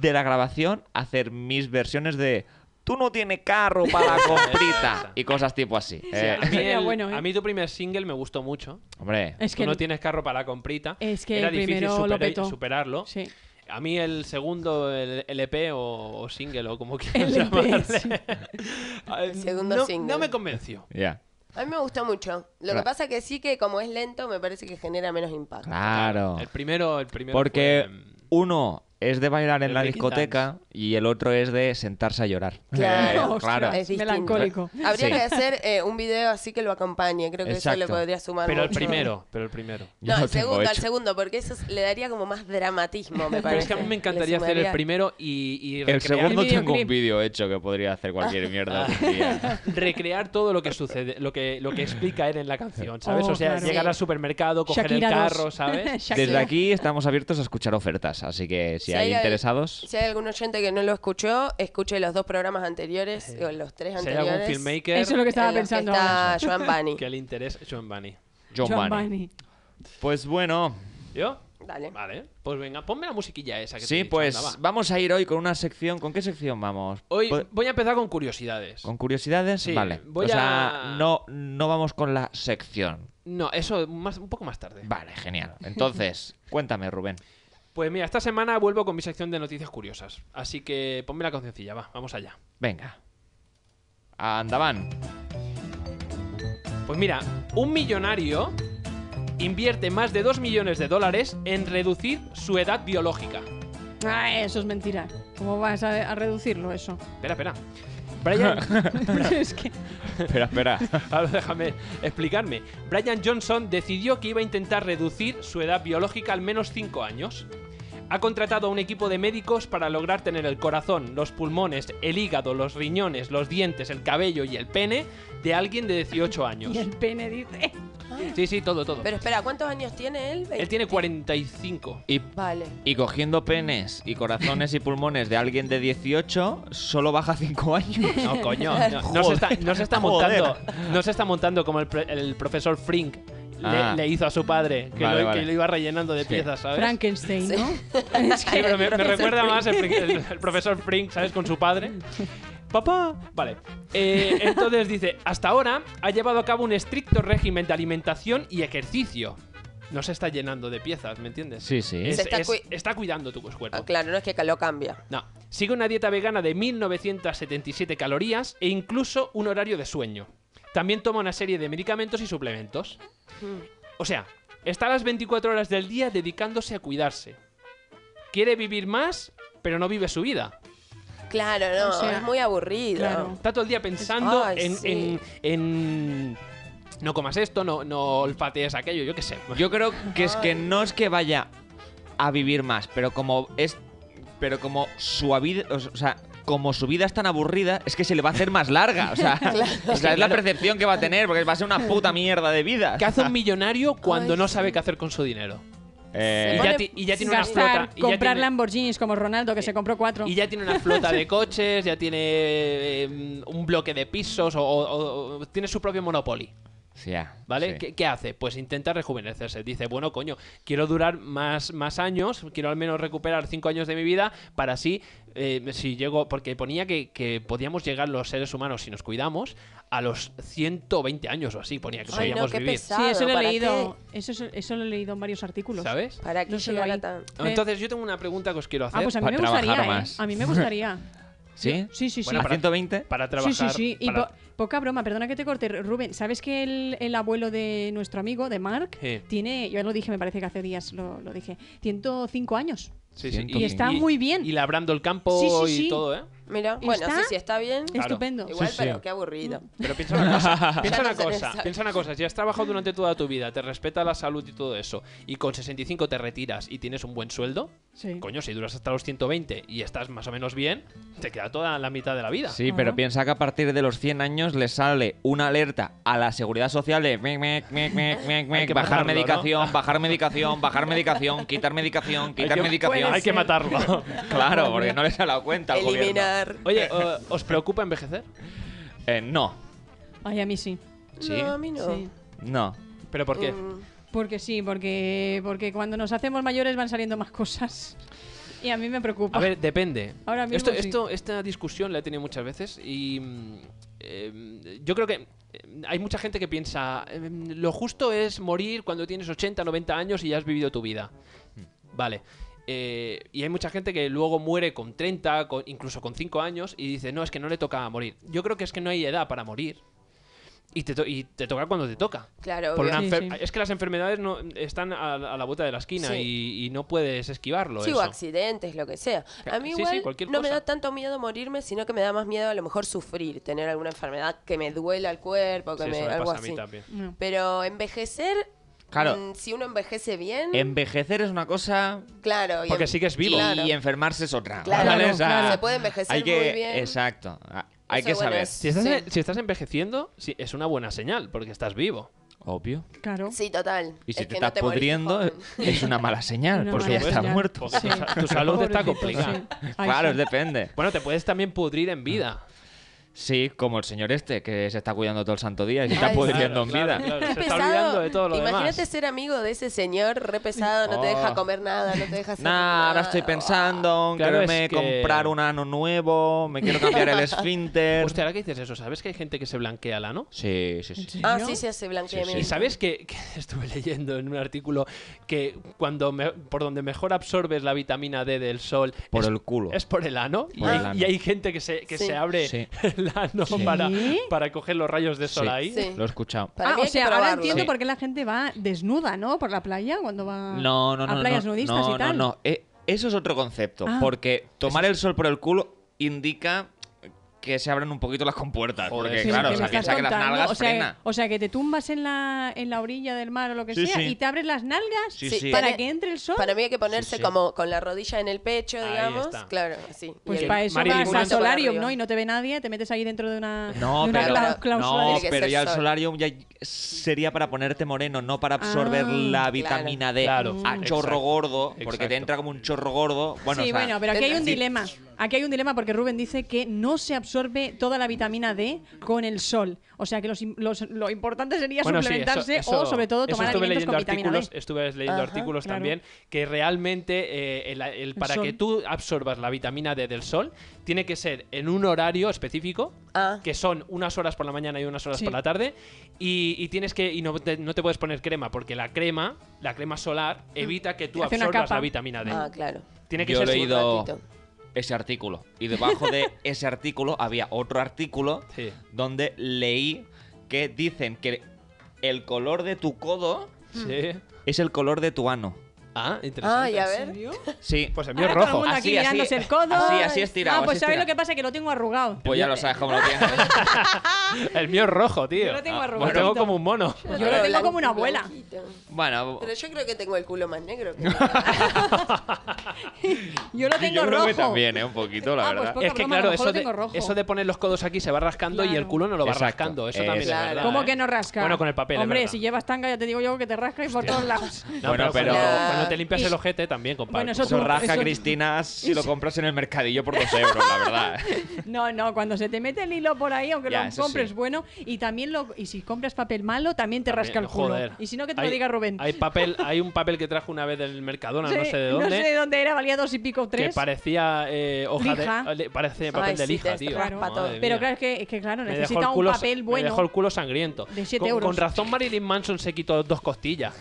B: de, la grabación hacer mis versiones de Tú no tienes carro para comprita y cosas tipo así. Eh,
D: A
A: <laughs>
D: mí,
A: Sería
D: el-
A: bueno, ¿eh?
D: a mí tu primer single me gustó mucho.
B: hombre,
A: Es
D: eh, Tú
A: que
D: no tienes carro para la comprita.
A: Es que
D: Era
A: el
D: difícil
A: primero lo
D: supera-
A: petó.
D: superarlo.
A: Sí.
D: A mí el segundo, el LP o, o single o como quieras
A: LP,
D: llamarle.
A: sí.
D: <laughs> Ay,
C: Segundo
D: no,
C: single.
D: No me convenció.
B: ya.
C: A mí me gustó mucho. Lo que
B: Claro.
C: pasa que sí que como es lento, me parece que genera menos impacto.
B: Claro.
D: El primero, el primero
B: Porque
D: fue, mm,
B: uno es de bailar en
D: el
B: la
D: Breaking
B: discoteca y el otro es de sentarse a llorar.
C: Claro,
B: Eh, claro.
A: ostras.
C: Es distinto.
A: Melancólico.
C: Habría
B: Sí.
C: que hacer eh, un video así que lo acompañe. Creo que eso le
B: Exacto.
C: podría sumar
D: Pero el
C: mucho.
D: primero, pero el primero.
B: Yo
C: No,
B: lo
C: el
B: tengo
C: segundo, el
B: hecho.
C: segundo, porque eso es- le daría como más dramatismo, me
D: Pero
C: parece.
D: es que a mí me
C: Le
D: encantaría hacer el
C: sumaría-
D: primero y, y
B: El
D: recrear,
B: segundo
A: El
B: tengo un
A: videoclip.
B: vídeo hecho que podría hacer
C: Ah.
B: cualquier mierda. algún
C: <laughs>
B: día.
D: recrear todo lo que sucede, lo que, lo que explica él en la canción, ¿sabes?
A: Oh,
D: o sea,
A: claro.
D: llegar
C: Sí.
D: al supermercado, coger
A: Shakira
D: el
A: dos. <laughs>
D: carro, ¿sabes?
A: Shakira.
B: Desde aquí estamos abiertos a escuchar ofertas, así que si,
C: Si
B: hay
C: hay-
B: interesados,
C: Si hay algún oyente que no lo escuchó, escuche los dos programas anteriores, o los tres
D: Si hay algún
C: anteriores.
D: filmmaker
A: Eso es lo que estaba
C: en los que
A: pensando ahora.
C: está Joan Bani.
D: que le interese, John Bunny.
B: John,
A: John
B: Bunny.
A: Bunny.
B: Pues bueno,
D: ¿Yo?
C: Dale.
D: Vale. Pues venga, ponme la musiquilla esa que te he
B: sí,
D: dicho,
B: pues
D: anda, va.
B: vamos a ir hoy con una sección. ¿Con qué sección vamos?
D: Hoy
B: Po-
D: voy a empezar con curiosidades.
B: Pues- ¿Con curiosidades?
D: Sí,
B: vale.
D: voy
B: o sea,
D: a-
B: no, no vamos con la sección.
D: No, eso más, un poco más tarde.
B: Vale, genial. Entonces, <laughs> cuéntame, Rubén.
D: Pues mira, esta semana vuelvo con mi sección de noticias curiosas. Así que ponme la cancioncilla, va, vamos allá.
B: Venga. Andaban.
D: Pues mira, un millonario invierte más de 2 millones de dólares en reducir su edad biológica.
A: Ah, eso es mentira. ¿Cómo vas a, a reducirlo
D: <laughs>
A: eso? <laughs>
D: Espera, espera. Brian,
A: es que
B: <laughs> Espera, espera.
D: ahora déjame explicarme. Brian Johnson decidió que iba a intentar reducir su edad biológica al menos 5 años. Ha contratado a un equipo de médicos para lograr tener el corazón, los pulmones, el hígado, los riñones, los dientes, el cabello y el pene de alguien de 18 años.
A: y el pene dice.
D: Sí, sí, todo, todo.
C: Pero eh, espera, ¿cuántos años tiene él?
D: Él tiene 45.
B: Y,
C: Vale.
B: y cogiendo penes y corazones y pulmones de alguien de 18, solo baja 5 años.
D: No,
B: <laughs>
D: coño. No, no se, está, no se está
B: Joder.
D: montando. No se está montando como el, pre- el profesor Frink le,
B: Ah.
D: le hizo a su padre, que,
B: Vale,
D: lo, que
B: vale.
D: lo iba rellenando de
B: Sí.
D: piezas, ¿sabes?
A: Frankenstein, ¿no? Es
D: Sí,
A: que-
D: <laughs> pero me, me recuerda más el, el- el profesor Frink, ¿sabes? Con su padre. Papá. Vale. Eh, entonces dice, hasta ahora ha llevado a cabo un estricto régimen de alimentación y ejercicio. No se está llenando de piezas, ¿me entiendes?
B: Sí, sí.
D: Es-
C: Se está
D: es-
C: cui-
D: está cuidando tu cuerpo.
C: Ah, claro, no es que lo cambia.
D: No. Sigue una dieta vegana de 1977 calorías e incluso un horario de sueño. También toma una serie de medicamentos y suplementos.
C: Hmm.
D: O sea, está las 24 horas del día dedicándose a cuidarse. Quiere vivir más, pero no vive su vida.
C: Claro, no,
A: O sea,
C: es muy aburrido.
A: claro.
D: Está todo el día pensando
C: Ay,
D: en,
C: sí.
D: en- en- No comas esto, no, no olfatees aquello, yo
C: <laughs>
D: qué sé.
B: Yo creo que es que no es que vaya a vivir más, pero como es. Pero como su vida. O sea. Como su vida es tan aburrida, es que se le va a hacer más larga. O <laughs> sea, o sea, es la percepción que va a tener, porque va a ser una puta mierda de vida.
D: ¿Qué hace un millonario cuando
C: Ay,
D: no
C: sí.
D: sabe qué hacer con su dinero?
B: Eh,
D: Y
C: Pone-
D: ya, ti- y ya tiene una flota.
A: Gastar,
D: y ya
A: comprar
D: tiene-
A: Lamborghinis como Ronaldo, que se compró cuatro.
D: Y ya tiene una
A: <laughs>
D: flota de coches, ya tiene eh, un bloque de pisos o, o- o tiene su propio Monopoly.
B: sí, ya,
D: ¿Vale?
B: sí.
D: ¿Qué, qué hace? Pues intenta rejuvenecerse. Dice, bueno, coño, quiero durar más, más años, quiero al menos recuperar cinco años de mi vida para así, eh, si llego, porque ponía que, que podíamos llegar los seres humanos, si nos cuidamos, a los 120 años o así, ponía que
C: Ay, no,
D: podíamos
C: qué
D: vivir.
A: Sí, eso lo he
C: ¿Para
A: leído. Eso, es- eso lo he leído en varios artículos.
D: ¿Sabes?
C: Para que
A: No se lo
C: llegara
A: hay.
C: tan...
A: Sí.
D: Entonces yo tengo una pregunta que os quiero hacer.
A: Pues, Ah, pues a mí
B: Para
A: me
B: trabajar
A: gustaría, ¿eh?
B: más.
A: A mí me gustaría.
D: <laughs>
B: ¿Sí?
A: Sí, sí, sí.
D: Bueno,
B: ¿A
D: para-
B: 120?
D: Para trabajar.
A: sí, sí, sí. Y
D: para-
A: po- poca broma, perdona que te corte, Rubén. ¿Sabes que el, el abuelo de nuestro amigo, de Mark,
D: Sí.
A: tiene, yo lo dije, me parece que hace días lo, lo dije, 105 años?
D: Sí, sí.
A: Y está muy bien.
D: Y labrando el campo
A: Sí, sí,
D: y
A: sí.
D: todo, ¿eh?
C: Mira,
A: ¿Y
C: bueno,
A: está?
C: sí, sí, está bien.
D: Claro.
A: Estupendo.
C: Igual,
B: Sí, sí.
C: pero qué aburrido.
D: Pero piensa una cosa, piensa
C: Ya no
D: una
C: se
D: cosa,
C: deshace.
D: piensa una cosa, si has trabajado durante toda tu vida, te respeta la salud y todo eso, y con 65 te retiras y tienes un buen sueldo,
A: Sí.
D: coño, si duras hasta los 120 y estás más o menos bien, te queda toda la mitad de la vida.
B: Sí,
A: Ajá.
B: pero piensa que a partir de los 100 años le sale una alerta a la seguridad social de mec, mec, mec, mec, mec, mec,
D: que
B: bajar
D: matarlo,
B: medicación, bajar medicación, bajar medicación, quitar medicación, quitar
D: que-
B: medicación.
D: Hay que <laughs> matarlo.
B: <laughs> Claro, porque no les ha dado cuenta al gobierno.
C: Eliminar.
D: Oye, eh, ¿os preocupa envejecer?
B: Eh, no.
A: Ay, a mí sí.
B: ¿Sí?
C: No, a mí no.
A: Sí.
B: No.
D: ¿Pero por qué?
C: Mm,
A: Porque sí, porque, porque cuando nos hacemos mayores van saliendo más cosas. Y a mí me preocupa.
D: A ver, depende.
A: Ahora mismo
D: esto,
A: sí.
D: esto- esta discusión la he tenido muchas veces y mm, eh, yo creo que eh, hay mucha gente que piensa, eh, lo justo es morir cuando tienes 80, 90 años y ya has vivido tu vida. Vale. Eh, y hay mucha gente que luego muere con 30, con- incluso con 5 años y dice, no, es que no le toca morir. Yo creo que es que no hay edad para morir. Y te, to- y te toca cuando te toca.
C: Claro,
D: Por
C: obvio.
D: una
A: Sí,
D: enfer-
A: sí.
D: Es que las enfermedades no están a, la- a la vuelta de la esquina
C: Sí.
D: y, y no puedes esquivarlo.
C: Sí, o
D: eso.
C: accidentes, lo que sea. A mí
D: Sí, sí,
C: igual
D: cualquier
C: no me
D: cosa.
C: da tanto miedo morirme, sino que me da más miedo a lo mejor sufrir, tener alguna enfermedad que me duela el cuerpo, que
D: Sí,
C: me,
D: eso me
C: algo
D: pasa a
C: así.
D: mí también.
A: No.
C: Pero envejecer,
B: Claro. Em,
C: mm, si uno envejece bien,
B: Envejecer es una cosa
C: claro. y
D: Porque
C: en-
D: sigues vivo.
B: y
C: claro.
B: enfermarse es otra.
C: Claro,
B: ¿vale?
C: claro, se puede envejecer
B: hay que-
C: muy bien.
B: Exacto. Ah, Hay
C: Eso,
B: que
C: bueno,
B: saber.
C: es-
D: Si estás,
C: Sí.
D: si estás envejeciendo, sí, es una buena señal, porque estás vivo.
B: Obvio.
A: Claro.
C: Sí, total.
B: Y si
C: Es
B: te
C: que no
B: estás
C: morís
B: pudriendo, eh,
C: <laughs>
B: <laughs>
C: joven.
B: es una mala señal,
D: <laughs>
A: Una
B: porque
A: mala
B: ya estás
A: señal.
B: muerto.
D: Porque tu sa- tu salud está
A: Pobrecito,
D: complicada.
A: sí. Ay,
B: Claro,
A: sí.
B: depende.
D: Bueno, te puedes también pudrir en
B: Ah.
D: vida.
B: Sí, como el señor este, que se está cuidando todo el santo día y se
C: Ay,
B: está
C: sí.
B: pudriendo en vida.
C: <laughs> Qué
D: Se está
C: pesado.
D: olvidando de todo lo
C: Imagínate
D: demás.
C: ser amigo de ese señor re pesado, no te deja
B: Oh.
C: comer nada, no te deja hacer
B: Nah,
C: nada.
B: ahora estoy pensando,
D: Claro,
B: quiero me
D: es que-
B: comprar un ano nuevo, me quiero cambiar el esfínter.
D: Hostia, ahora que dices eso, ¿sabes que hay gente que se blanquea la, no?
B: Sí, sí, sí.
C: Ah,
A: ¿No?
C: sí, sí, hace blanqueamiento.
D: ¿Y sabes que, <laughs> que estuve leyendo en un artículo que cuando me- por donde mejor absorbes la vitamina D del sol
B: Por
D: es,
B: el culo.
D: es por el ano? y,
B: Por
D: hay,
B: el ano.
D: y hay gente que se, que
C: Sí.
D: se abre
B: Sí.
D: <laughs> el ano
B: Sí.
D: para,
A: ¿Sí?
D: para coger los rayos de sol
B: Sí.
D: ahí.
C: Sí.
B: Lo he escuchado.
C: Para
A: ah,
C: mí
A: o
C: hay que
A: sea, ahora
C: probarlo.
A: entiendo
B: Sí.
A: por qué la gente va desnuda, ¿no? Por la playa cuando va
B: No, no, no.
A: Ah. a playas
B: no,
A: nudistas
B: no,
A: y tal.
B: No, no, Eh, eso es otro concepto.
A: Ah.
B: Porque tomar el sol por el culo indica que se abran un poquito las compuertas.
D: Joder,
B: porque,
D: sí,
B: claro,
D: que
B: o
D: me
B: sea, piensa
D: estás
B: que las nalgas
A: o, sea,
B: frena.
A: o sea, que te tumbas en la, en la orilla del mar o lo que
B: Sí,
A: sea
B: sí.
A: y te abres las nalgas
B: Sí, sí.
A: para
C: Para-
A: que entre el sol.
C: Para mí hay que ponerse
B: sí.
C: como con la rodilla en el pecho,
D: Ahí
C: digamos.
D: está.
C: Claro, así.
A: Pues
D: el-
A: para eso
D: Marilyn
A: vas a
D: Manson
C: para
A: solarium,
C: arriba.
A: ¿no? Y no te ve nadie, te metes ahí dentro de una,
B: No,
A: de una
B: pero,
A: clau- cláusula
B: no,
A: de-
C: Tiene que
B: pero
C: ser
B: ya el
C: sol.
B: solarium ya sería para ponerte moreno, no para absorber
A: Ah,
B: la vitamina D
D: Claro,
B: a
D: Mm.
B: chorro
D: exacto,
B: gordo, porque
D: exacto.
B: te entra como un chorro gordo. Bueno,
A: sí,
B: o sea,
A: bueno, pero aquí hay un
C: Sí.
A: dilema. Aquí hay un dilema porque Rubén dice que no se absorbe toda la vitamina D con el sol. O sea que los im- los- lo importante sería
D: Bueno, sí, eso-
A: suplementarse
D: eso-
A: o sobre todo
D: eso
A: tomar
D: estuve
A: alimentos
D: leyendo
A: con vitamina
D: artículos,
A: D.
D: Estuve leyendo
C: Ajá,
D: artículos
A: claro.
D: también que realmente eh, el, el- para
A: sol.
D: que tú absorbas la vitamina D del sol tiene que ser en un horario específico.
C: Ah.
D: Que son unas horas por la mañana y unas horas
A: Sí.
D: por la tarde. Y, y tienes que. Y no te, no te puedes poner crema, porque la crema, la crema solar, evita que tú
A: Hace una
D: absorbas
A: capa.
D: la vitamina D.
C: Ah, claro.
D: Tiene que
B: Yo he
D: ser
C: leí-
B: leído
C: ratito.
B: ese artículo. Y debajo de
A: <laughs>
B: ese artículo había otro artículo
D: Sí.
B: donde leí que dicen que el color de tu codo
A: Mm.
D: Sí.
B: es el color de tu ano.
D: Ah, interesante.
C: Ah, y a ver.
B: <laughs> Sí.
D: Pues el mío
A: Ahora
D: es
A: todo el
D: rojo.
A: mundo
B: Así,
A: aquí
B: así,
A: mirándose el codo.
B: así, así estirado,
A: Ah, pues
B: así
A: ¿sabes lo
B: estirado.
A: que pasa? Que lo tengo arrugado.
B: Pues ya lo sabes cómo lo tienes. <laughs>
D: El mío es rojo, tío.
A: Yo lo tengo
D: Ah,
A: arrugadito.
D: lo tengo como un mono.
A: Yo lo tengo como una abuela.
C: blanquito.
B: Bueno,
C: Pero yo creo que tengo el culo más negro.
D: <laughs>
C: que-
A: Yo lo tengo
B: yo creo
A: rojo.
B: que también, ¿eh? Un poquito, la
A: Ah, pues
B: verdad.
A: poca
D: Es que
A: broma, a
D: claro,
A: lo mejor
D: eso
A: lo
D: de,
A: tengo rojo.
D: eso de poner los codos aquí se va rascando y el
A: Claro.
D: culo no lo va
B: Exacto.
D: rascando. Eso también
B: Claro.
D: es verdad.
A: ¿Cómo
D: ¿eh?
A: que no rasca?
D: Bueno, con el papel, es
A: Hombre,
D: verdad.
A: si llevas tanga ya te digo yo que te rasca y por todos lados.
D: No,
B: Bueno,
D: pero,
B: pero-
D: cuando, cuando te limpias el ojete también, compadre.
A: Bueno, eso
B: Eso
A: tú-
B: raja,
A: eso-
B: Cristina, si lo compras en el mercadillo por dos euros, la verdad. ¿eh?
A: No, no, cuando se te mete el hilo por ahí, aunque
B: Ya,
A: lo
B: eso
A: compres
B: sí.
A: bueno, y también lo y si compras papel malo, también te
D: También,
A: rasca el culo.
D: joder.
A: Y si no que te
D: Hay-
A: lo diga Rubén. <laughs>
D: Hay papel, hay un papel que trajo una vez del Mercadona,
A: Sí,
D: no sé de dónde.
A: sé dónde era, valía dos y pico
D: que
A: tres.
D: parecía eh, hoja
A: Lija.
D: de le- parece papel
C: Ay,
D: de
C: sí,
D: lija,
C: te
D: tío.
A: Claro,
C: raspa todo.
D: Madre
A: pero
D: mía.
A: claro, es que, es que claro,
D: Me dejó
A: necesita
D: el
A: un
D: culo-
A: papel
D: Me dejó el
A: bueno.
D: culo sangriento.
A: De siete
D: con,
A: euros.
D: con razón Marilyn Manson se quitó
A: <laughs>
D: dos costillas.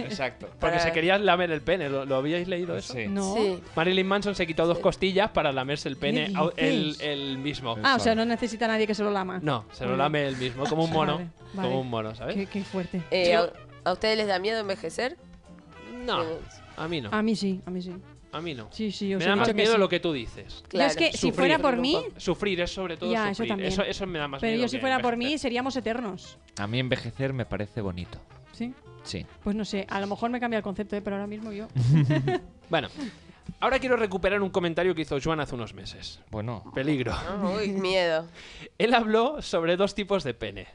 B: Exacto.
C: Para-
D: Porque se quería lamer el pene. ¿Lo, lo habíais leído eso?
B: Pues Sí.
A: No.
C: Sí.
D: Marilyn Manson se quitó dos costillas para lamerse el pene
A: ¿Qué
D: au- él,
A: dices?
D: él mismo.
A: Ah, o sea, no necesita nadie que se lo lama.
D: No, se lo
A: Vale.
D: lame él mismo, como un mono.
A: Vale, vale.
D: Como un mono, ¿sabes?
A: Qué, qué fuerte.
C: Eh, ¿a, a ustedes les da miedo envejecer?
D: No,
C: Eh,
D: a mí no.
A: A mí sí, a mí sí.
D: A mí no.
A: Sí, sí, os
D: Me
A: he
D: da más
A: dicho que
D: miedo
A: sí.
D: lo que tú dices.
A: Yo es
C: Claro.
A: que si
D: Sufrir.
A: fuera por mí,
D: Sufrir es sobre todo
A: Ya, eso
D: sufrir.
A: también.
D: Eso, eso me da más
A: pero
D: miedo.
A: yo si
D: que
A: fuera por mí
D: envejecer.
A: seríamos eternos.
B: A mí envejecer me parece bonito.
A: Sí.
B: Sí.
A: Pues no sé, a lo mejor me cambia el concepto, ¿eh? pero ahora mismo yo. <laughs>
D: Bueno, ahora quiero recuperar un comentario que hizo Joan hace unos meses.
B: Bueno.
D: Peligro.
A: Ah.
C: No, uy, miedo.
D: Él habló sobre dos tipos de pene.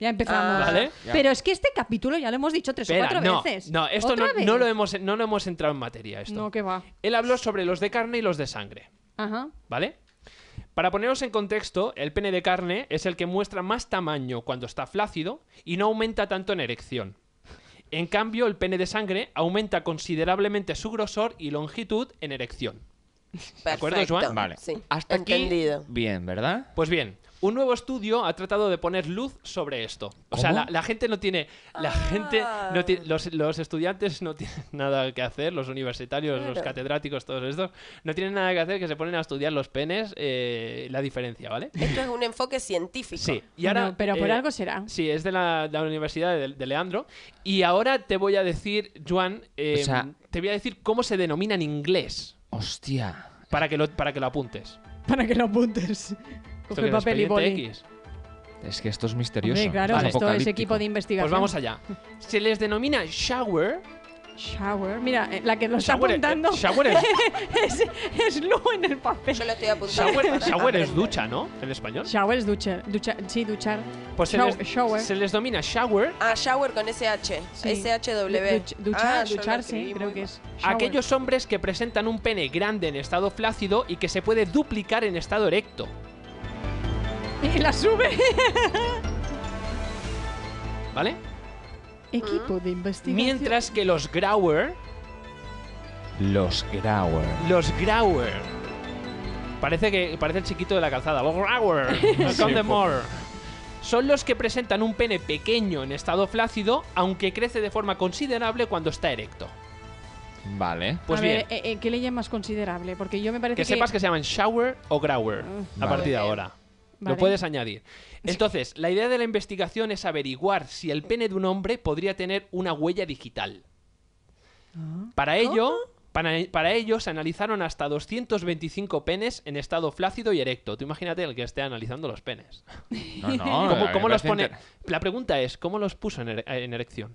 A: Ya empezamos.
C: Ah.
D: ¿Vale?
B: Ya.
A: Pero es que este capítulo ya lo hemos dicho tres o
D: Espera,
A: cuatro
D: no,
A: veces.
D: no, esto
A: ¿Otra
D: no,
A: vez?
D: no lo hemos, no lo hemos entrado en materia. Esto.
A: No, que va.
D: Él habló sobre los de carne y los de sangre.
A: Ajá.
D: ¿Vale? Para poneros en contexto, el pene de carne es el que muestra más tamaño cuando está flácido y no aumenta tanto en erección. En cambio, el pene de sangre aumenta considerablemente su grosor y longitud en erección.
C: ¿De
D: acuerdo, Joan?
B: Vale.
C: Sí.
B: Hasta aquí.
C: Entendido.
D: <laughs>
B: Bien, ¿verdad?
D: Pues bien, un nuevo estudio ha tratado de poner luz sobre esto. O sea,
B: ¿Cómo?
D: la, la gente no tiene. La gente no ti- los, los estudiantes no tienen <laughs> nada que hacer, los universitarios, los
C: Claro.
D: catedráticos, todos estos, no tienen nada que hacer que se ponen a estudiar los penes, eh, la diferencia, ¿vale?
C: Esto es un enfoque científico.
D: Sí. Y
A: Bueno,
D: ahora,
A: pero por
D: eh,
A: algo
D: <laughs>
A: será.
D: Sí, es de la, la Universidad de, de Leandro. Y ahora te voy a decir, Juan, eh,
B: O sea-
D: te voy a decir cómo se denomina en inglés
B: Hostia.
D: para que lo, para que lo apuntes.
A: Para que lo apuntes.
D: Esto
A: Coge
D: que es
A: papel y
D: Expediente
A: boli.
D: X.
B: Es que esto es misterioso.
A: Hombre, claro,
D: Vale.
A: esto es
B: apocalíptico.
A: equipo de investigación.
D: Pues vamos allá. Se les denomina shower.
A: Shower. Mira, eh, la que lo está
D: Shower, eh,
A: apuntando
D: shower
A: <laughs>
D: es-
A: es, es Lu en el papel.
C: Yo lo estoy apuntando.
D: Shower,
C: para
D: shower es
C: aprender.
D: ducha, ¿no? En español.
A: Shower es duchar. ducha- sí, duchar.
D: Pues se
A: Show-
D: les,
A: shower.
D: se les denomina shower
C: Ah, shower con SH.
A: Sí.
C: SHW.
A: Duch- duchar,
C: Ah, yo lo
A: ducharse,
C: escribí
A: creo
C: muy
A: que
C: mal.
A: es.
D: a
A: Shower.
D: aquellos hombres que presentan un pene grande en estado flácido y que se puede duplicar en estado erecto.
A: <laughs> Y la sube.
D: ¿Vale?
A: Equipo de investigación.
D: Mientras que los grower,
B: Los Grauer.
D: los grower. Parece que parece el chiquito de la calzada. Los grower. Los
B: un
D: de
B: poco.
D: more. Son los que presentan un pene pequeño en estado flácido, aunque crece de forma considerable cuando está erecto.
B: Vale.
D: Pues
A: a
D: bien.
A: ver, eh, eh, ¿qué ley es más considerable? Porque yo me parece
D: Que
A: Pues que... Ah.
D: sepas que se llaman shower o grower a
B: Vale.
D: partir de ahora.
A: Vale.
D: Lo puedes añadir. Entonces, la idea de la investigación es averiguar si el pene de un hombre podría tener una huella digital.
A: Ah.
D: Para ello, para, para ello se analizaron hasta 225 penes en estado flácido y erecto. Tú imagínate el que esté analizando los penes.
B: No, no. a mí
D: ¿Cómo,
B: me
D: cómo los
B: parece
D: pone?
B: inter-
D: La pregunta es, ¿cómo los puso en, ere- en erección?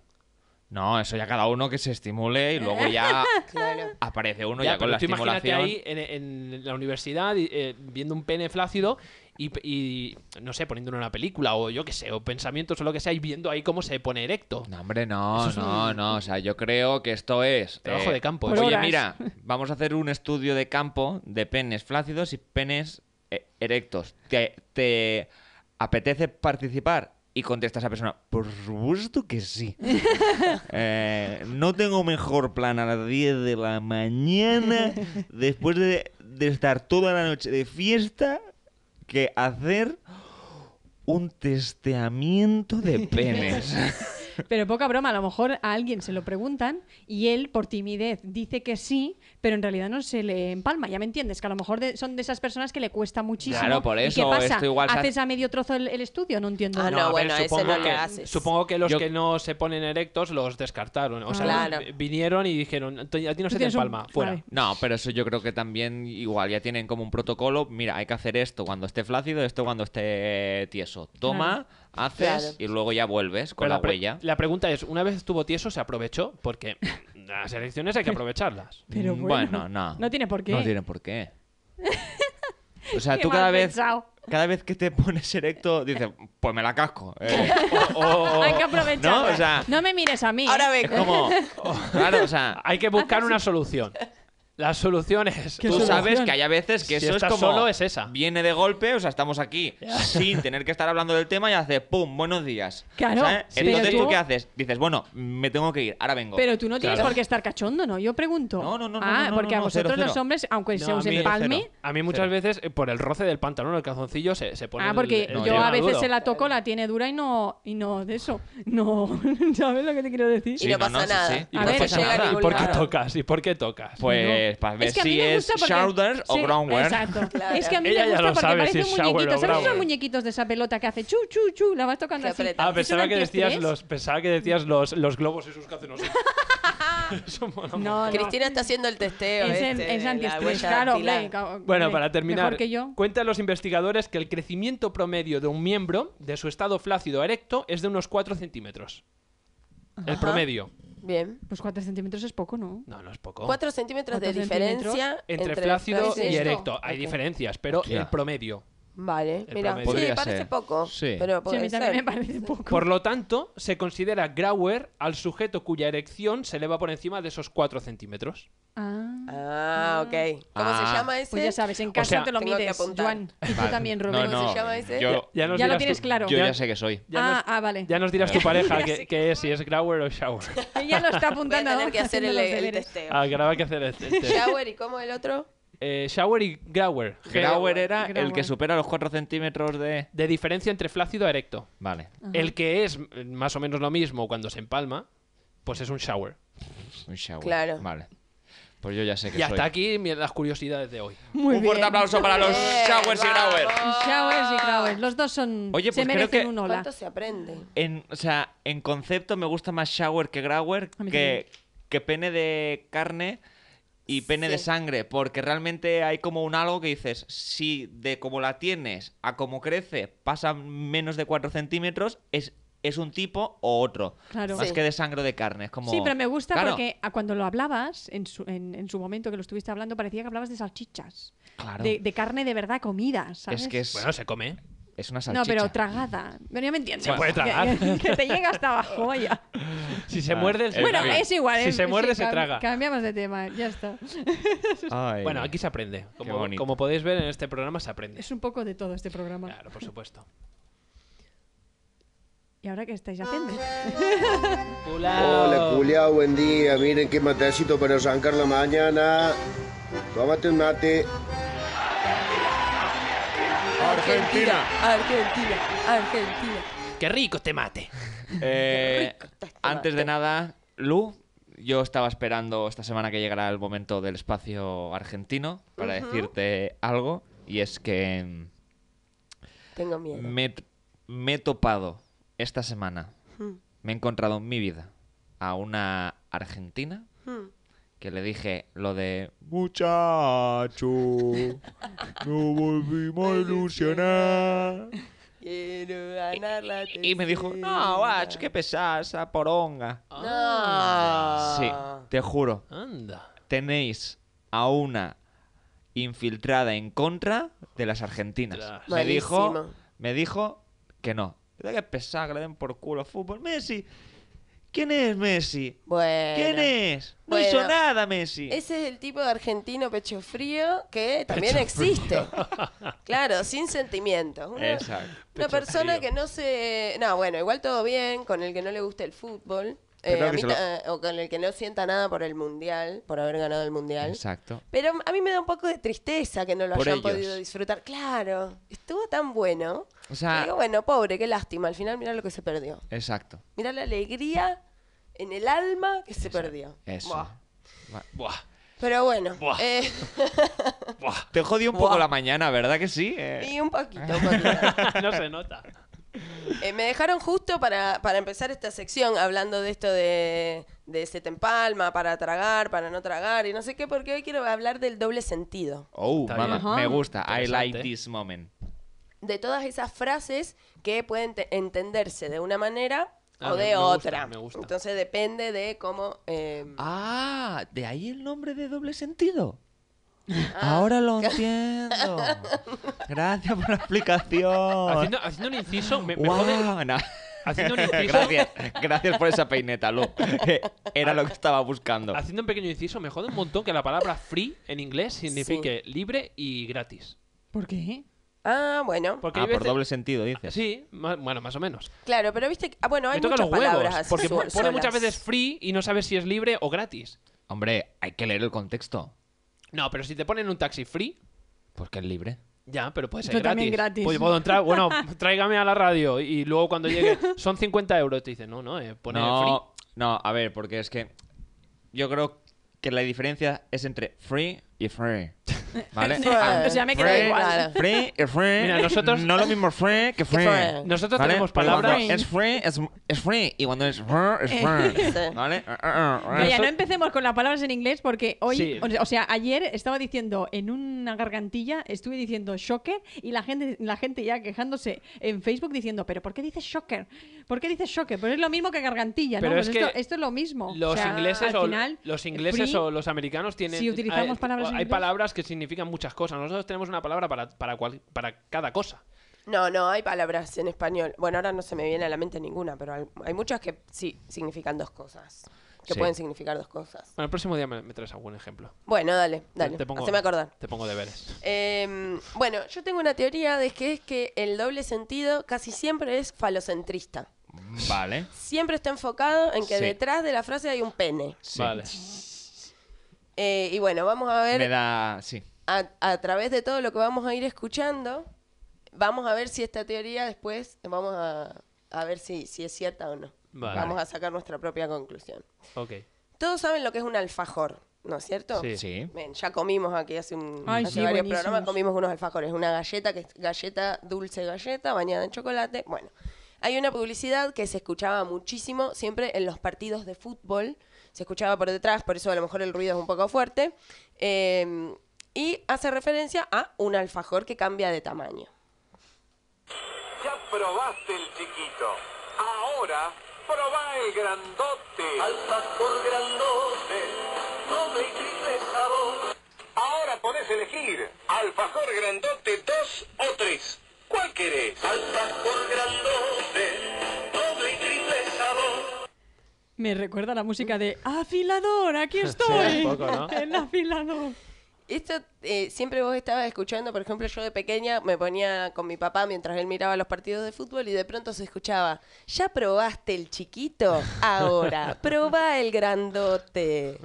B: No, eso ya cada uno que se estimule y luego
A: <laughs>
B: ya
C: Claro.
B: aparece uno
D: Ya,
B: ya, con
D: pero
B: la
D: tú imagínate
B: estimulación.
D: ahí en, en la universidad y, eh, viendo un pene flácido y, y, no sé, poniéndolo en una película o yo qué sé, o pensamientos o lo que sea y viendo ahí cómo se pone erecto.
B: No, hombre, no,
D: Eso es
B: no,
D: un-
B: no. O sea, yo creo que esto es. eh,
D: Trabajo de campo,
A: Por
B: Oye,
A: horas.
D: <laughs>
B: mira, vamos a hacer un estudio de campo de penes flácidos y penes eh, erectos. ¿Te, te apetece participar? Y contesta esa persona, por supuesto que
D: <laughs>
B: sí. Eh, no tengo mejor plan a las 10 de la mañana, después de, de estar toda la noche de fiesta, que hacer un testeamiento de
D: <laughs>
B: penes.
A: Pero poca broma, a lo mejor a alguien se lo preguntan y él, por timidez, dice que sí, pero en realidad no se le empalma. Ya me entiendes, que a lo mejor de- son de esas personas que le cuesta muchísimo.
B: Claro, por
A: ¿Y
B: eso,
A: qué pasa?
B: esto igual se
A: ¿Haces a medio trozo el, el estudio? No entiendo.
C: Ah, no,
D: a ver,
C: bueno, ese
D: supongo
C: no lo
D: que,
C: haces.
D: Supongo que los
B: Yo-
D: que no se ponen erectos los descartaron. O sea,
C: Claro.
D: los vi- vinieron y dijeron, "A ti a ti no
A: Tú
D: se te
A: tienes un-
D: empalma, fuera.
A: vale.
B: No, pero eso yo creo que también igual ya tienen como un protocolo. Mira, hay que hacer esto cuando esté flácido, esto cuando esté tieso. Toma, haces
C: Claro.
B: y luego ya vuelves con
D: Pero
B: la,
D: pues, pre-
B: huella.
D: la pregunta es, una vez estuvo tieso, ¿se aprovechó? Porque las
A: <laughs>
D: elecciones hay que aprovecharlas.
A: Pero
B: Mm,
A: bueno,
B: no.
A: no tiene por qué.
B: No tiene
A: <laughs>
B: por qué. O sea,
A: Qué
B: tú
A: mal
B: cada vez,
A: pensado.
B: cada vez que te pones erecto, dices, pues me la casco. Eh,
A: <laughs> Hay que aprovechar.
B: No, o sea-
A: No me mires a mí.
C: Ahora
A: ¿eh?
B: es
C: vengo.
B: como,
A: <laughs>
B: claro, o sea,
D: Hay que buscar una solución. La solución es...
A: ¿Qué
B: tú
A: solución?
B: sabes que hay a veces que
D: Si
B: eso es
D: estás
B: como
D: solo, es esa.
B: viene de golpe o sea estamos aquí sin tener que estar hablando del tema y hace pum buenos días
A: Claro,
B: ¿sabes?
A: sí,
B: entonces
A: pero
B: tú
A: tú-
B: qué haces dices bueno me tengo que ir ahora vengo
A: Pero tú no tienes
D: Claro.
A: por qué estar cachondo, ¿no? Yo pregunto.
B: No, no, no, no,
A: Ah,
B: no, no,
A: porque a
B: no, cero,
A: vosotros
B: cero.
A: los hombres, aunque
D: No,
A: se
D: a
A: os
D: mí-
A: empalme,
B: cero.
D: A mí muchas veces, eh, por el roce del pantalón o el calzoncillo, se, se pone
A: Ah,
D: el-
A: porque
D: el
B: no,
A: yo
D: tema
A: a veces
D: duro.
A: se la toco, la tiene dura y no, y no de eso. No, <laughs> ¿sabes lo que te quiero decir?
C: Y no pasa nada.
B: Y
A: A
B: no
A: ver,
B: pasa
A: llega
B: nada.
C: ningún-
D: ¿Y por qué
C: Claro.
D: tocas? ¿Y por qué tocas?
B: pues para ver si es shoulders o groundware
A: Exacto.
C: <laughs> Claro.
A: Es que a mí
D: Ella ya
A: me gusta
D: lo
A: porque
D: sabe
A: parece un
D: si es shower
A: muñequito.
D: o
A: ¿Sabes esos
D: groundware?
A: muñequito de esa pelota que hace chu, chu, chu? La vas tocando
C: Que
A: así.
C: aprieta.
D: Ah,
A: ¿Es
D: pensaba
A: un
D: que decías
A: antiestrés?
D: los, pensaba que decías los, los globos esos que hacen los...
A: <laughs>
D: Eso mola mucho.
A: No, no.
C: Cristina está haciendo el testeo.
A: Es,
C: este,
A: el-
C: de
A: es
C: la
A: antiestrés,
C: huella
A: claro.
C: dactilar.
A: hombre, ca-
D: Bueno,
A: hombre,
D: para terminar,
A: Mejor que yo.
D: cuentan los investigadores que el crecimiento promedio de un miembro de su estado flácido a erecto es de unos 4 centímetros. El promedio.
C: Bien.
A: Pues 4 centímetros es poco, ¿no?
D: No, no es poco.
C: 4 centímetros de
A: Cuatro centímetros
C: diferencia
D: Oh. entre, flácido
A: ¿qué es
D: y
A: esto?
D: erecto. Hay diferencias, pero
B: Hostia.
D: el promedio.
C: Vale,
D: El
C: mira,
D: promedio.
C: sí,
B: Podría
C: parece
B: ser.
C: poco.
G: Sí.
C: Pero
A: Sí, a
C: puede
A: mí
C: ser.
A: también me parece poco.
D: Por lo tanto, se considera Grauer al sujeto cuya erección se eleva por encima de esos 4 centímetros.
A: Ah.
C: Ah, ok. ¿Cómo
B: Ah.
C: se llama ese?
A: Pues ya sabes, en casa
D: sea,
A: te lo
C: tengo que
A: mides,
C: apuntar.
A: Juan. Y tú
G: Vale.
A: también,
G: No,
A: Rubén.
C: ¿Cómo
G: no.
C: se llama ese?
G: Yo,
D: nos
A: Ya lo
D: dirás
A: tienes
D: tú-
A: claro.
G: yo
D: ya
G: ya
D: nos-
G: sé que soy.
D: ya nos-
A: ah, ah, vale.
D: Ya nos dirás
A: <laughs>
D: tu pareja que, que es, si es Grauer o Shower.
A: Ella lo <laughs> está
C: Voy a
A: apuntando.
C: tener que hacer el,
A: haciendo los
C: el
A: deberes.
C: testeo.
D: Ah, que ahora va que hacer este. este.
C: Shower y cómo el otro?
D: Eh, shower y Grauer.
B: Grauer era el que
A: Grauer.
B: supera los 4 centímetros de...
D: De diferencia entre flácido a erecto.
G: Vale.
D: El que es eh, más o menos lo mismo cuando se empalma, pues es un shower.
G: Un shower.
C: Claro.
G: Vale. Pues yo ya sé que
D: Y
G: soy.
D: hasta aquí mi- las curiosidades de hoy.
A: Muy
B: un
A: bien.
B: fuerte aplauso para los
C: Bien,
B: Showers y
C: vamos.
B: Grauer.
A: Showers y Grauer. Los dos son.
B: Oye,
A: se
B: pues creo
A: merecen
B: que-
A: un hola.
C: ¿Cuánto se aprende?
B: En, o sea, en concepto me gusta más shower que grower
A: A mí
B: que, que pene de carne y pene de
C: Sí.
B: sangre, porque realmente hay como un algo que dices, si de como la tienes a como crece pasa menos de 4 centímetros, es, es un tipo o otro.
A: Claro.
B: Más
C: Sí.
B: que de sangre o de carne. Es como...
A: Sí, pero me gusta
B: Claro,
A: porque a cuando lo hablabas, en su, en, en su momento que lo estuviste hablando, parecía que hablabas de salchichas.
B: Claro.
A: De, de carne de verdad comida, ¿sabes?
B: Es que es,
D: Bueno, se come. ¿eh?
B: es una
A: No,
B: salchicha.
A: pero tragada. Pero ya me entiendes.
D: Se puede tragar.
A: Que, <laughs> que te llega hasta abajo, vaya.
D: Si se
G: Ah,
D: muerde, se
G: eh,
A: Bueno,
G: bien.
D: traga.
A: es igual.
D: Si
A: eh,
D: se muerde,
A: sí,
D: se
A: cam-
D: traga.
A: Cambiamos de tema, ya está.
B: Ay.
D: Bueno, aquí se aprende. Como,
G: bonito.
D: como podéis ver en este programa, se aprende.
A: Es un poco de todo este programa.
D: Claro, por supuesto.
A: ¿Y ahora qué estáis haciendo?
D: Ah.
H: Hola, culiao, buen día. Miren qué matecito para arrancar la mañana. Tómate un mate.
C: Argentina, Argentina, Argentina.
D: ¡Qué rico te mate!
B: Eh,
C: Qué rico está este
B: antes de
C: mate.
B: nada, Lu, yo estaba esperando esta semana que llegara el momento del espacio argentino para decirte algo. Y es que mm,
C: Tengo miedo.
B: me, me he topado esta semana,
C: Mm.
B: me he encontrado en mi vida a una argentina
C: Hmm.
B: que le dije lo de
G: Muchacho, no
C: <laughs>
G: volvimos a ilusionar.
C: Quiero ganar la
B: y me dijo,
C: tercera.
B: no, guacho, qué pesada esa poronga.
C: No.
B: Sí, te juro.
D: Ah, Anda.
B: tenéis a una infiltrada en contra de las argentinas.
D: Ostras.
B: Me dijo,
C: Malísimo.
B: me dijo que no. Que es pesada, que le den por culo fútbol. Messi. ¿Quién es Messi?
C: Bueno.
B: ¿Quién es? No
C: Bueno.
B: hizo nada Messi.
C: Ese es el tipo de argentino pecho frío que
B: <laughs>
C: también existe. claro, sin sentimientos. Una,
B: Exacto.
C: una
D: Pecho
C: persona
D: frío.
C: que no se... No, bueno, igual todo bien, con el que no le gusta el fútbol. eh,
B: Pero
C: a
B: que
C: mí
B: se lo-
C: ta- O con el que no sienta nada por el Mundial, por haber ganado el Mundial.
B: Exacto.
C: Pero a mí me da un poco de tristeza que no lo
B: Por
C: hayan
B: ellos.
C: podido disfrutar. Claro, estuvo tan bueno.
B: O sea-
C: Digo, bueno, pobre, qué lástima. Al final, mirá lo que se perdió.
B: Exacto.
C: Mirá la alegría en el alma que se perdió.
B: Eso.
C: Buah.
B: Va-
D: Buah,
C: Pero bueno,
D: Buah.
C: eh, <laughs>
D: buah.
B: Te jodió un poco
C: Buah.
B: la mañana, ¿verdad que sí? Eh,
C: y un poquito, un poquito.
D: <laughs> No se nota.
C: Eh, me dejaron justo para, para empezar esta sección hablando de esto de, de se te empalma, para tragar, para no tragar y no sé qué, porque hoy quiero hablar del doble sentido.
B: Oh,
D: Está
B: mamá,
D: bien.
A: Ajá.
B: me gusta. I like
D: Interesante.
B: this moment.
C: de todas esas frases que pueden te- entenderse de una manera
D: Ah,
C: o
D: me-
C: de
D: me gusta,
C: otra.
D: me gusta.
C: Entonces depende de cómo. eh,
B: Ah, de ahí el nombre de doble sentido. Ahora lo entiendo. Gracias por la explicación.
D: Haciendo, haciendo un inciso, me, me
B: Guau,
D: jode-
B: no.
D: Haciendo
B: <laughs>
D: un inciso.
B: Gracias, gracias por esa peineta, Lu. <laughs> Eh, Era lo que estaba buscando.
D: Haciendo un pequeño inciso, me jode un montón que la palabra free en inglés signifique libre y gratis.
A: ¿Por qué?
C: Ah, bueno.
D: Porque
B: Ah,
D: hay
B: por
D: veces-
B: doble sentido, dices.
D: Sí, ma- bueno, más o menos.
C: Claro, pero viste. que- Ah, bueno, hay
D: me toca
C: muchas
D: los
C: palabras
D: huevos.
C: así. <laughs>
D: Porque
C: su-
D: pone
C: solas.
D: muchas veces free y no sabes si es libre o gratis.
B: Hombre, hay que leer el contexto.
D: No, pero si te ponen un taxi free,
B: Porque es libre.
D: ya, pero puede ser
A: Yo
D: gratis.
A: también gratis.
D: Pues puedo entrar,
C: <laughs>
D: bueno, tráigame a la radio y luego cuando llegue son 50 euros. Te dicen, no, no, eh, pone free.
B: No, no, a ver, porque es que yo creo que la diferencia es entre free y free.
A: <laughs>
B: ¿Vale?
C: Free.
B: Ah,
A: O sea, Pues me queda
B: free,
A: igual.
C: Claro.
B: Free y free.
D: Mira, nosotros-
B: No lo mismo free que free.
C: free.
D: Nosotros
B: ¿Vale?
D: tenemos
B: Porque cuando
D: palabras.
B: Es free, es, es free. Y cuando es free, es free.
C: Eh, Sí.
B: ¿Vale?
G: Uh,
B: Ah, ah, ah, ah.
A: Vaya, no empecemos con las palabras en inglés porque hoy,
D: Sí.
A: o, o sea, ayer estaba diciendo en una gargantilla, estuve diciendo shocker y la gente, la gente ya quejándose en Facebook diciendo, pero ¿por qué dices shocker? ¿Por qué dices choque? Pues es lo mismo que gargantilla, ¿no?
D: Pero
A: Pues
D: es
A: esto,
D: que
A: esto es lo mismo.
D: Los
A: O sea,
D: ingleses,
A: al
D: o,
A: final,
D: los ingleses
A: free-
D: o los americanos tienen.
A: si utilizamos
D: hay,
A: palabras en
D: hay
A: inglés.
D: palabras que significan muchas cosas. Nosotros tenemos una palabra para, para, cual- para cada cosa.
C: No, no, hay palabras en español. Bueno, ahora no se me viene a la mente ninguna, pero hay- hay muchas que sí significan dos cosas. Que
D: Sí.
C: pueden significar dos cosas.
D: Bueno, el próximo día me, me traes algún ejemplo.
C: Bueno, dale, dale.
D: Te pongo-
C: Haceme acordar.
D: Te pongo deberes.
C: Eh, bueno, yo tengo una teoría de que es que el doble sentido casi siempre es falocentrista.
G: Vale.
C: Siempre está enfocado en que
G: Sí.
C: detrás de la frase hay un pene.
D: Vale.
C: Eh, y bueno, vamos a ver
G: Me da. Sí.
C: a, a través de todo lo que vamos a ir escuchando, vamos a ver si esta teoría después vamos a, a ver si, si es cierta o no.
D: Vale.
C: Vamos a sacar nuestra propia conclusión. <laughs>
D: Ok.
C: Todos saben lo que es un alfajor, ¿no es cierto?
D: Sí.
G: Sí.
C: Ven, ya comimos aquí hace, un,
A: Ay,
C: hace
A: sí,
C: varios
A: buenísimos.
C: programas, comimos unos alfajores, una galleta que es galleta dulce galleta bañada en chocolate. Bueno, hay una publicidad que se escuchaba muchísimo siempre en los partidos de fútbol, se escuchaba por detrás, por eso a lo mejor el ruido es un poco fuerte, Eh, y hace referencia a un alfajor que cambia de tamaño.
I: Ya probaste el chiquito. Ahora probá el grandote. Alfajor grandote, come y triple sabor. Ahora podés elegir alfajor grandote dos o tres. ¿Cuál querés? Alfajor grandote, doble y triple sabor.
A: Me recuerda la música de afilador, aquí
D: <laughs> Sí,
A: estoy.
D: un poco, ¿no?
A: <laughs> El afilador.
C: Esto eh, siempre vos estabas escuchando, por ejemplo, yo de pequeña me ponía con mi papá mientras él miraba los partidos de fútbol y de pronto se escuchaba, ¿ya probaste el chiquito?
G: <laughs>
C: Ahora, probá el grandote.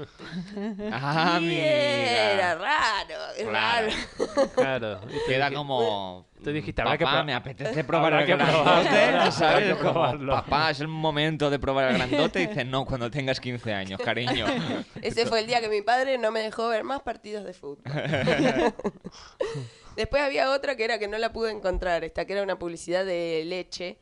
G: Ah,
C: Y
G: mira.
C: era raro, es
G: Claro.
C: raro.
D: Claro. Y te
G: Queda
D: dije-
G: como.
D: Tú dijiste,
G: papá,
D: habrá que probar-
G: me apetece probar
D: habrá
G: al
D: que probarlo,
G: grandote",
D: habrá
G: ¿sabes?
D: que
G: Como,
D: probarlo.
G: papá, es el momento de probar al grandote. Y dice, no, cuando tengas 15 años,
C: <laughs>
G: cariño.
C: Ese fue el día que mi padre no me dejó ver más partidos
G: <laughs>
C: de fútbol. Después había otra que era que no la pude encontrar, esta que era una publicidad de leche.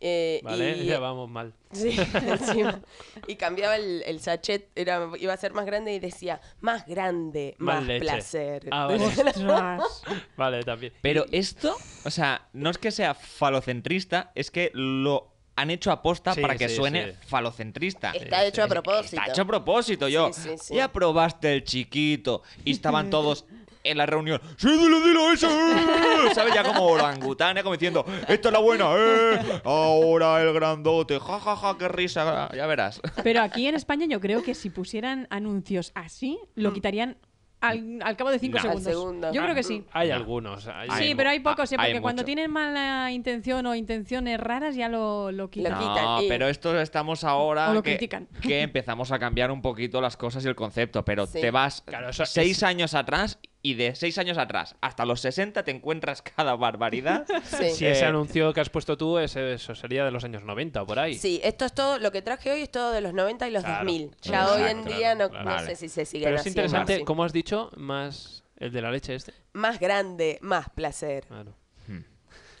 C: eh,
D: <laughs> Vale,
C: y-
D: <laughs> ya vamos mal.
C: <laughs> Sí, encima. Y cambiaba el, el sachet, era, iba a ser más grande y decía, más grande,
D: Más
C: más,
D: leche".
C: placer. <laughs>
D: Ah, vale. <laughs>
A: Ostras.
D: Vale, también.
B: Pero esto, o sea, no es que sea falocentrista, es que lo han hecho aposta
D: Sí,
B: para que
D: sí,
B: suene
D: sí.
B: falocentrista.
C: Está hecho a propósito.
B: Está hecho a propósito, yo.
C: Sí, sí, sí.
B: Ya probaste el chiquito. Y estaban todos en la reunión. ¡Sí, dilo, dilo,
D: <laughs>
B: eso! eh". ¿Sabes? Ya como orangutanes, como diciendo, ¡esta es la buena! eh". Ahora el grandote. ¡Ja, ja, ja! ¡Qué risa! Ya verás.
A: Pero aquí en España yo creo que si pusieran anuncios así,
D: Mm.
A: lo quitarían al, al cabo de cinco
C: Al
A: segundos.
C: segundo.
A: Yo creo que sí.
D: Hay algunos. hay-
A: sí,
G: mu-
A: pero hay pocos, sí,
G: hay
A: porque cuando
G: mucho.
A: tienen mala intención o intenciones raras ya lo, lo quitan.
C: Lo
G: No,
C: quitan, eh.
G: pero esto estamos ahora
A: O lo
G: que,
A: critican.
G: <laughs> que empezamos a cambiar un poquito las cosas y el concepto, pero
C: Sí.
G: te vas
D: Claro, eso-
G: seis
D: es-
G: años atrás y de seis años atrás hasta los 60 te encuentras cada
A: <laughs>
G: barbaridad.
C: Sí.
D: Si ese anuncio que has puesto tú, ese- eso sería de los años 90 o por ahí.
C: Sí, esto es todo, lo que traje hoy es todo de los 90 y los
D: Claro,
C: 2000. Ya
D: exacto,
C: hoy en
D: claro,
C: día no,
D: claro.
C: no
G: Vale.
C: sé si se sigue
D: Pero es
C: haciendo
D: interesante,
C: así.
D: como has dicho, más el de la leche este.
C: Más grande, más placer.
D: Claro.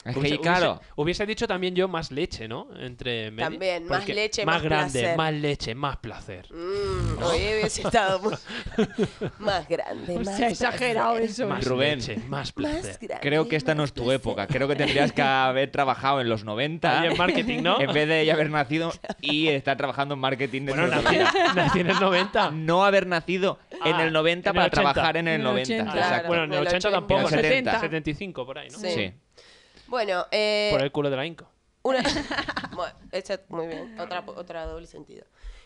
G: Es
D: Hubiese-
G: que, claro,
D: hubiese, hubiese dicho también yo más leche, ¿no? Entre medio.
C: También, más
D: Porque
C: leche, más
D: grande,
C: placer.
D: más leche, más placer.
C: Mm, hoy hubiese estado muy- más grande, más
A: Se ha exagerado
C: placer,
A: eso.
D: Más
G: Rubén.
D: leche, más
C: Más
D: placer.
C: grande,
G: creo que esta no
C: más
G: es tu
C: placer.
G: época. Creo que tendrías que haber trabajado en los 90
D: Ahí
C: <laughs>
D: en marketing, ¿no?
G: en vez de haber
A: <laughs>
G: nacido y estar trabajando en marketing de
D: Bueno,
G: tu
D: nací,
G: vida.
D: nací en el 90.
G: No haber nacido en
D: Ah,
G: el 90
D: en el
G: para
D: 80.
G: trabajar en
A: En
G: el
A: el
G: 90.
A: 80.
G: exacto.
C: Claro.
D: Bueno, en el 80
C: En el
D: tampoco.
A: 70.
D: 75 por ahí, ¿no?
C: Sí.
G: Sí.
C: Bueno, eh,
D: Por el culo de la Inco.
C: Una... Bueno, esa- muy bien, otra, otra doble sentido.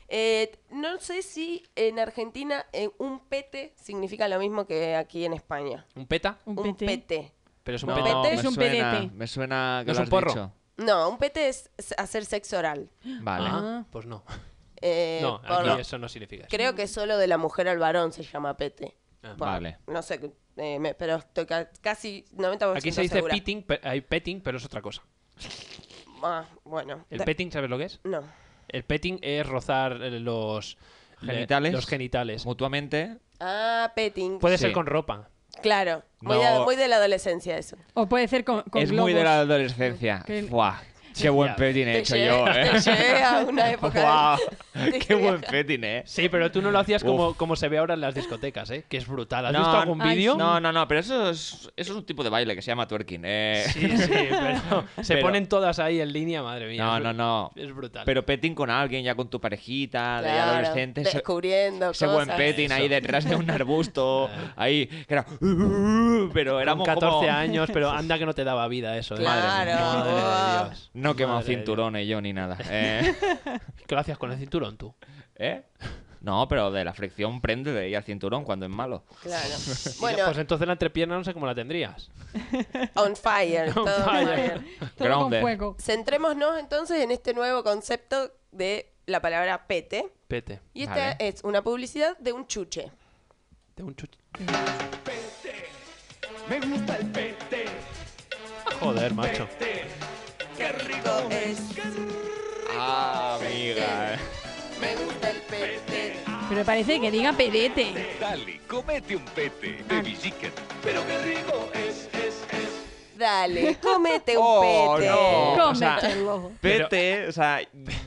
C: Eh, no sé si en Argentina eh, un pete significa lo mismo que aquí en España.
D: ¿Un peta?
A: Un
C: Un,
A: pete.
C: pete.
D: Pero es un
G: No,
D: peta.
C: pete
G: me
A: Es un
G: suena-
A: pedete.
G: Me suena que
D: No es
G: lo
D: un
G: has
D: porro.
G: dicho.
C: No, un pete es s- hacer sexo oral.
G: Vale.
D: Ah, pues no.
C: Eh,
D: No,
C: por
D: aquí
C: lo-
D: eso no significa eso.
C: Creo que solo de la mujer al varón se llama pete.
D: Ah,
C: Por-
G: vale.
C: No sé, eh, me- pero estoy ca- casi 90%
D: Aquí se dice
C: segura.
D: petting, pe- hay petting, pero es otra cosa.
C: Ah, bueno.
D: ¿El
C: Da-
D: petting sabes lo que es?
C: No.
D: El petting es rozar eh, los le-
G: Genitales.
D: Los genitales.
G: Mutuamente.
C: Ah, petting.
D: Puede
G: Sí.
D: ser con ropa.
C: Claro. Muy,
G: No.
C: de, muy de la adolescencia eso.
A: O puede ser con, con
G: es muy de
A: globos.
G: la adolescencia.
A: Que-
G: Fuah.
B: Qué buen petting he
C: Te
B: hecho
C: llevé-
B: yo,
C: <laughs> te llevé
B: ¿eh?
C: a
B: <laughs>
C: una época. <laughs>
B: Guau,
C: Te
B: ¡Qué
C: llevé a-
B: buen petting, eh!
D: Sí, pero tú no lo hacías
B: Uf.
D: como, como se ve ahora en las discotecas, ¿eh? Que es brutal. ¿Has visto algún
A: Ay,
D: vídeo?
A: sí.
B: No, no, no, pero eso es, eso es un tipo de baile que se llama twerking. eh. <laughs>
D: Sí, sí, pero se
B: Pero-
D: ponen todas ahí en línea, madre mía.
B: No,
D: es
B: no,
D: bru-
B: no.
D: Es brutal.
B: Pero petting con alguien, ya con tu parejita, de
C: Claro,
B: adolescentes. ese-
C: descubriendo
B: Ese
C: cosas.
B: buen petting ahí
D: Eso.
B: detrás de un
D: <laughs>
B: arbusto, ahí, que era... "Uh", Pero
D: Con
B: éramos
D: 14
B: como-
D: años,
B: <laughs>
D: pero anda que no te daba vida eso. ¿eh?
C: Claro,
D: Madre mía. Madre de
C: wow.
D: Dios.
B: No quemaba
D: Madre de
B: cinturones yo ni nada. Eh,
D: <laughs> Dios. ¿Qué lo hacías con el cinturón tú?
B: ¿eh? No, pero de la fricción prende de ahí al cinturón cuando es malo. <laughs>
C: Claro.
D: Y
C: Bueno,
D: Pues entonces la entrepierna no sé cómo la tendrías.
B: <laughs>
C: on fire. todo on
D: fire.
C: fire.
A: Todo
B: Grounded.
A: con fuego.
C: Centrémonos entonces en este nuevo concepto de la palabra pete.
D: Pete.
C: Y esta
B: Vale.
C: es una publicidad de un chuche.
D: De un chuch-
I: Me gusta el pete,
D: Joder, macho.
C: Qué rico es.
B: Ah, amiga. <laughs> eh.
C: Me gusta el pete.
A: Pero me parece que diga pedete.
I: dale, comete un pete de Villiquen. Pero qué rico es, es, es.
C: Dale, cómete un
B: Oh,
C: pete.
B: no. O sea,
A: Cómetelo.
B: Pete, o sea,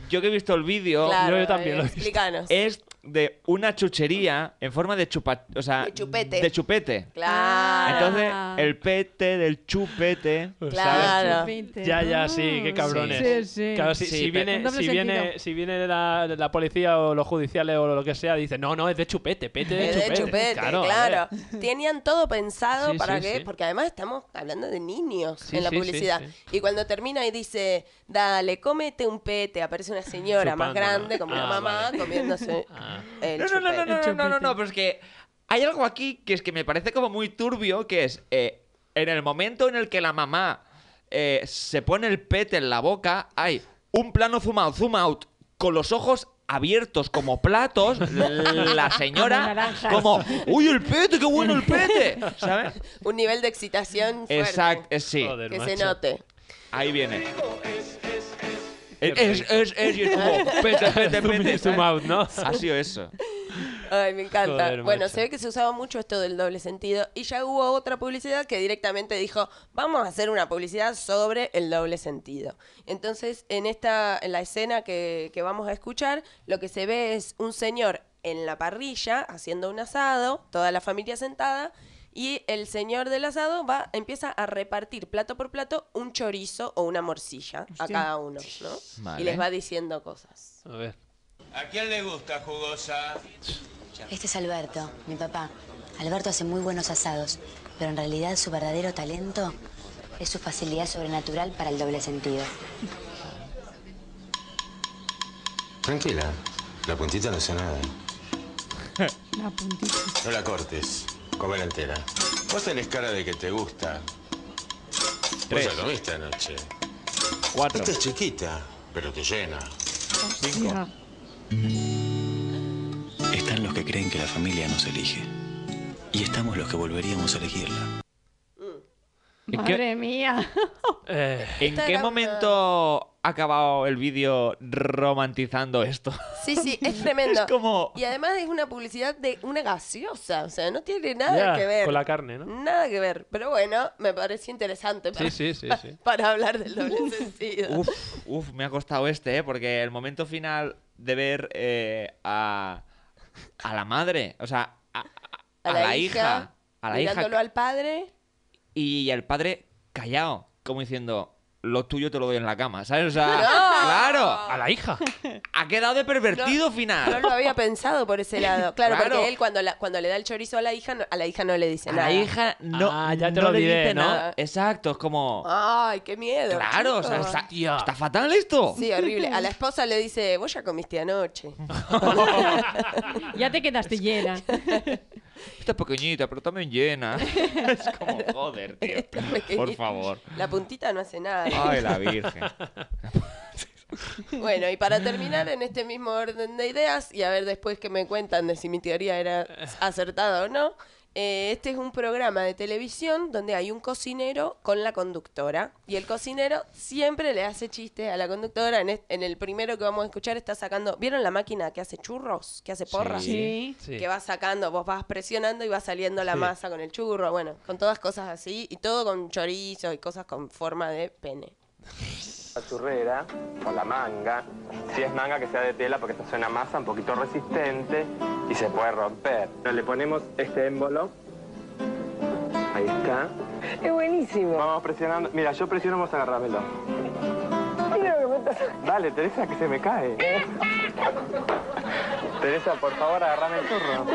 B: yo que he visto el vídeo,
C: Claro,
D: Yo- yo también lo he visto.
C: explícanos.
B: es de una chuchería en forma de chupa... O sea,
C: De chupete.
B: de chupete.
C: Claro.
B: Entonces,
A: Ah.
B: el pete del chupete...
C: Claro.
A: Chupete.
D: Ya, ya, sí, qué
A: Ah.
D: cabrones.
A: este, Sí, sí.
D: Claro, si,
B: Sí,
D: si
B: pe-
A: Un
D: viene,
A: doble
D: si viene,
A: sentido.
D: si viene la, la policía o los judiciales o lo que sea, dice, no, no, es de chupete, pete de
C: Es
D: chupete.
C: de chupete, claro.
D: a ver. <laughs>
C: Tenían todo pensado
D: Sí,
C: para
D: sí,
C: que,
D: sí.
C: porque además estamos hablando de niños
D: Sí,
C: en la
D: sí, sí,
C: publicidad.
D: sí.
C: Y cuando termina y dice, dale, cómete un pete, aparece una señora más
D: Chupándola.
C: grande, como una
D: Ah,
C: mamá,
D: vale.
C: comiéndose
D: <laughs> Ah.
C: el
B: No, no, no, no, no, no,
C: chupete.
B: no, no,
A: chupete.
B: no, pero es que hay algo aquí que es que me parece como muy turbio, que es eh, en el momento en el que la mamá eh, se pone el pete en la boca, hay un plano zoom out, zoom out, con los ojos abiertos como platos,
C: <laughs>
B: la
A: Como
B: señora
A: naranjas.
B: como, uy, el pete, qué bueno el pete,
C: <laughs>
B: ¿sabes?
C: Un nivel de excitación fuerte,
B: Exacto, eh, sí,
D: Joder,
C: que se
D: macho.
C: note.
B: ahí viene. Es, es, es, es, y es como, pete, pete,
D: <laughs> Zoom in,
B: pete.
D: zoom
B: ¿sabes?
D: out, ¿no?
B: Ha sido eso.
C: Ay, me encanta.
D: Joder,
C: bueno,
D: macho.
C: se ve que se usaba mucho esto del doble sentido y ya hubo otra publicidad que directamente dijo, vamos a hacer una publicidad sobre el doble sentido. Entonces, en esta, en la escena que, que vamos a escuchar, lo que se ve es un señor en la parrilla haciendo un asado, toda la familia sentada, y el señor del asado va, empieza a repartir plato por plato un chorizo o una morcilla a cada uno, ¿no?
B: Vale.
C: Y les va diciendo cosas.
D: A ver.
I: ¿A quién le gusta jugosa?
J: Este es Alberto, mi papá. Alberto hace muy buenos asados, pero en realidad su verdadero talento es su facilidad sobrenatural para el doble sentido.
I: Tranquila, la puntita no hace nada. ¿eh?
A: <laughs> La puntita.
I: No la cortes, comela entera.
K: Pues
I: Vos tenés cara de que te gusta. Vos ya comiste anoche.
B: Cuatro.
I: Esta es chiquita, pero te llena.
A: Hija.
I: Están los que creen que la familia nos elige. Y estamos los que volveríamos a elegirla.
A: Mm. Madre mía.
D: Eh,
B: ¿En
C: Esta
B: qué
C: era una-
B: momento ha acabado el vídeo
A: <laughs>
B: romantizando esto?
C: Sí, sí, es tremendo.
B: Es como-
C: Y además es una publicidad de una gaseosa, o sea, no tiene nada
D: Ya,
C: que ver.
D: con la carne, ¿no?
C: Nada que ver. Pero bueno, me pareció interesante para, <laughs>
D: sí, sí, sí, sí.
C: para hablar del doble sentido.
B: Uf, uf, me ha costado este, ¿eh? Porque el momento final de ver eh, a, a la madre, o sea, a, a- a la, hija, a la hija
C: Mirándolo al padre.
B: y el padre callado, como diciendo, lo tuyo te lo doy en la cama, ¿sabes? O sea,
C: ¡No!
B: claro,
D: A la hija.
B: ha quedado de pervertido
C: No
B: final.
C: lo había pensado por ese lado. Claro,
B: Ah. Claro.
C: porque él cuando, la- cuando le da el chorizo a la hija, no- a la hija no le dice
B: A
C: nada.
B: la hija no,
D: Ah, ya te
B: no
D: lo
B: le
D: diré,
B: dice
D: ¿no?
B: nada. Exacto, es como...
C: Ah, Ay, qué miedo.
B: Claro, o sea,
C: chicos.
B: está,
D: Hostia.
B: está fatal esto.
C: Sí, horrible. A la esposa le dice, vos ya comiste anoche.
A: Ya te quedaste llena.
B: Está pequeñita, pero también llena. <laughs> es
C: <laughs>
B: como, joder, tío.
C: Está pequeñita.
B: Por favor.
C: Este La puntita no hace nada.
B: Ay, la Virgen.
C: Bueno, y para
A: <laughs>
C: terminar en este mismo orden de ideas, y a ver después que me cuentan de si mi teoría era acertada o no, eh, este es un programa de televisión donde hay un cocinero con la conductora, y el cocinero siempre le hace chistes a la conductora. En, es- en el primero que vamos a escuchar está sacando, ¿vieron la máquina que hace churros, que hace porras?
A: Sí.
D: Sí.
C: Que va sacando, vos vas presionando y va saliendo la
D: Sí.
C: masa con el churro, bueno, con todas cosas así, y todo con chorizo y cosas con forma de pene.
L: La churrera o la manga. Si es manga que sea de tela porque esta es una masa un poquito resistente y se puede romper. Le ponemos este émbolo. Ahí está.
M: Es buenísimo.
L: Vamos presionando. Mira, yo presiono, vamos a agarrármelo.
M: Mira lo que me estás-
L: Dale, Teresa, que se me cae. Teresa, por favor, agarrame el churro.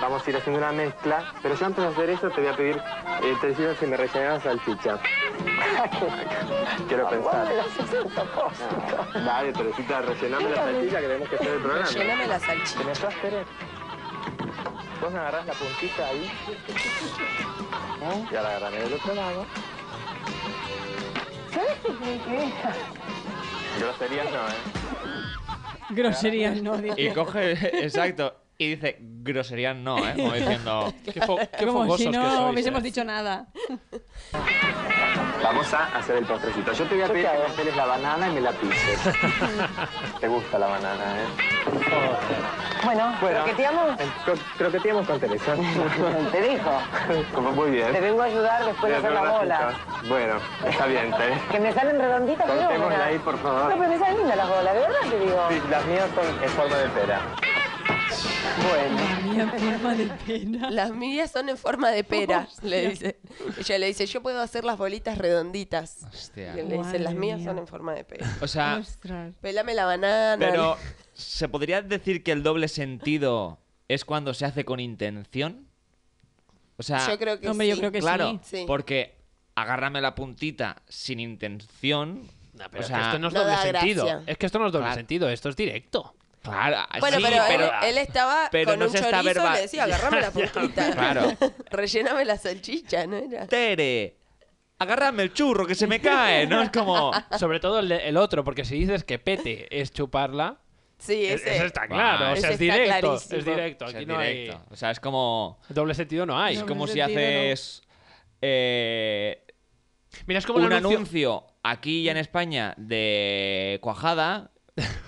L: Vamos a ir haciendo una mezcla, pero yo antes de hacer eso te voy a pedir, eh, te decido si me rellenas salchicha. Quiero pensar. No, Dale, Teresita, rellename la salchicha que tenemos que hacer el programa.
C: Relléname la salchicha.
L: ¿Te me estás, Tere? Vos me agarrás la puntita ahí. Y ahora agarrame del otro lado.
M: ¿Sabes qué me queda?
L: Groserías no, ¿eh?
A: Groserías, no. dice.
B: Y coge, exacto, y dice, grosería no, ¿eh? Como diciendo...
D: Qué, fo- qué
A: Como
D: fogosos
A: si
D: que
A: no
D: sois,
A: hubiésemos
D: eh.
A: dicho nada.
L: Vamos a hacer el postrecito. Yo te voy a pedir que me peles la banana y me la pises. te gusta la banana, ¿eh?
M: Bueno,
L: Bueno.
M: ¿croqueteamos?
L: Eh, cro- Croqueteamos con Teresa.
M: Te dijo.
L: Como muy bien.
M: Te vengo a ayudar después de
L: Voy
M: hacer
L: a
M: la
L: hacer
M: bola.
L: unas pistas. Bueno, está bien, Teresa.
M: Que me salen redonditas
L: Cortémosla ahí,
M: fenómenas.
L: por
M: No,
L: favor.
M: pero me salen lindas las bolas, de verdad te digo.
L: Sí, las mías son en forma de pera.
M: Bueno.
A: Mía, forma de pena.
C: Las mías son en forma de pera, le dice. Ella le dice, yo puedo hacer las bolitas redonditas.
B: Hostia.
C: Y él le dice, las
A: Madre
C: mías
A: mía.
C: son en forma de pera.
B: <laughs> O
D: Ah.
B: sea,
A: Ostras.
C: Pelame la banana.
B: pero ¿se podría decir que el doble sentido es cuando se hace con intención? O sea,
C: yo creo que
A: Hombre,
C: sí.
A: yo creo que
B: claro,
A: sí.
C: Sí.
B: porque agárrame la puntita sin intención...
D: No, pero
B: o
D: es que
B: sea,
D: esto no es
C: no
D: doble
C: da
D: sentido.
C: gracia.
D: Es que esto no es doble
B: Claro.
D: sentido, esto es directo.
B: Claro, ah,
C: Bueno,
B: sí,
C: pero, eh, él, él estaba
B: pero
C: con
B: no
C: un
B: se
C: chorizo
B: está verba-
C: y le decía, agarrame la puntita. <laughs>
B: Claro.
C: Relléname la salchicha, ¿no era?
B: Tere, agárrame el churro que se me cae, ¿no? Es
D: <laughs>
B: como...
D: Sobre todo el, el otro, porque si dices que pete es chuparla,
C: Sí,
D: e-
C: ese.
D: eso está claro.
B: Ah,
D: o sea,
C: ese
D: es
C: está
D: directo.
C: clarísimo.
D: Es directo.
B: O sea,
D: Aquí
B: es
D: no
B: directo. O sea, es como...
D: hay. Doble sentido no hay.
B: Es
A: No,
B: como
A: no
B: si
A: entiendo, no.
B: haces... eh,
D: Mira, es como
B: un
D: el
B: anuncio...
D: anuncio.
B: aquí ya en España de cuajada,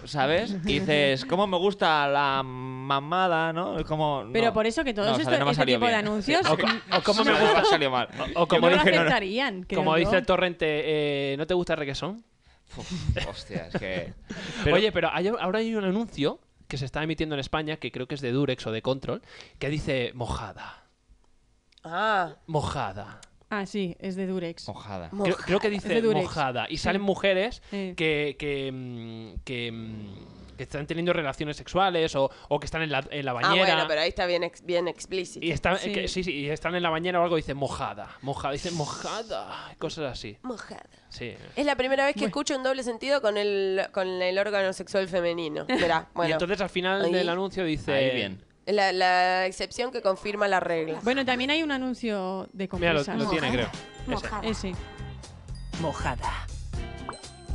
B: ¿sabes? Y
A: <laughs>
B: dices, ¿cómo me gusta la mamada, no? Es como... no.
A: Pero por eso que todos
B: No, joder,
A: estos-
B: no me ha
A: este
B: salido
A: tipo de
B: bien. <laughs>
A: anuncios-
B: Sí.
A: <laughs>
D: O- o cómo me
B: Salió-
D: gusta-
B: salió mal.
D: o como
A: no lo
D: dice-
A: aceptarían, creo
D: Como
A: yo.
D: dice Torrente, eh, ¿no te gusta el requesón?
B: Uf, Hostia,
A: <laughs>
B: es que... Pero-
D: Oye, pero hay- ahora hay un anuncio que se está emitiendo en España, que creo que es de Durex o de Control, que dice mojada.
C: Ah,
D: Mojada.
A: Ah, sí, es de Durex.
B: Mojada.
D: Creo, creo que dice
A: Es de Durex.
D: mojada. Y salen mujeres
A: Sí.
D: que, que, mm, que, mm, que están teniendo relaciones sexuales o, o que están en la, en la
C: Ah,
D: bañera.
C: bueno, pero ahí está bien, ex- bien explícito.
D: y están,
A: Sí.
D: que- sí, sí, y están en la bañera o algo y dicen mojada. Mojada. Dicen mojada. Cosas así.
C: Mojada.
D: Sí.
C: Es la primera vez que escucho un doble sentido con el, con el órgano sexual femenino. Verá, bueno.
D: y entonces al final
C: ahí-
D: del anuncio dice...
B: Ahí bien.
C: es la, la excepción que confirma la regla.
A: Bueno, también hay un anuncio de Eh,
D: Mira, lo,
A: compresas.
D: lo tiene, creo.
J: Mojada.
A: Ese.
N: Mojada.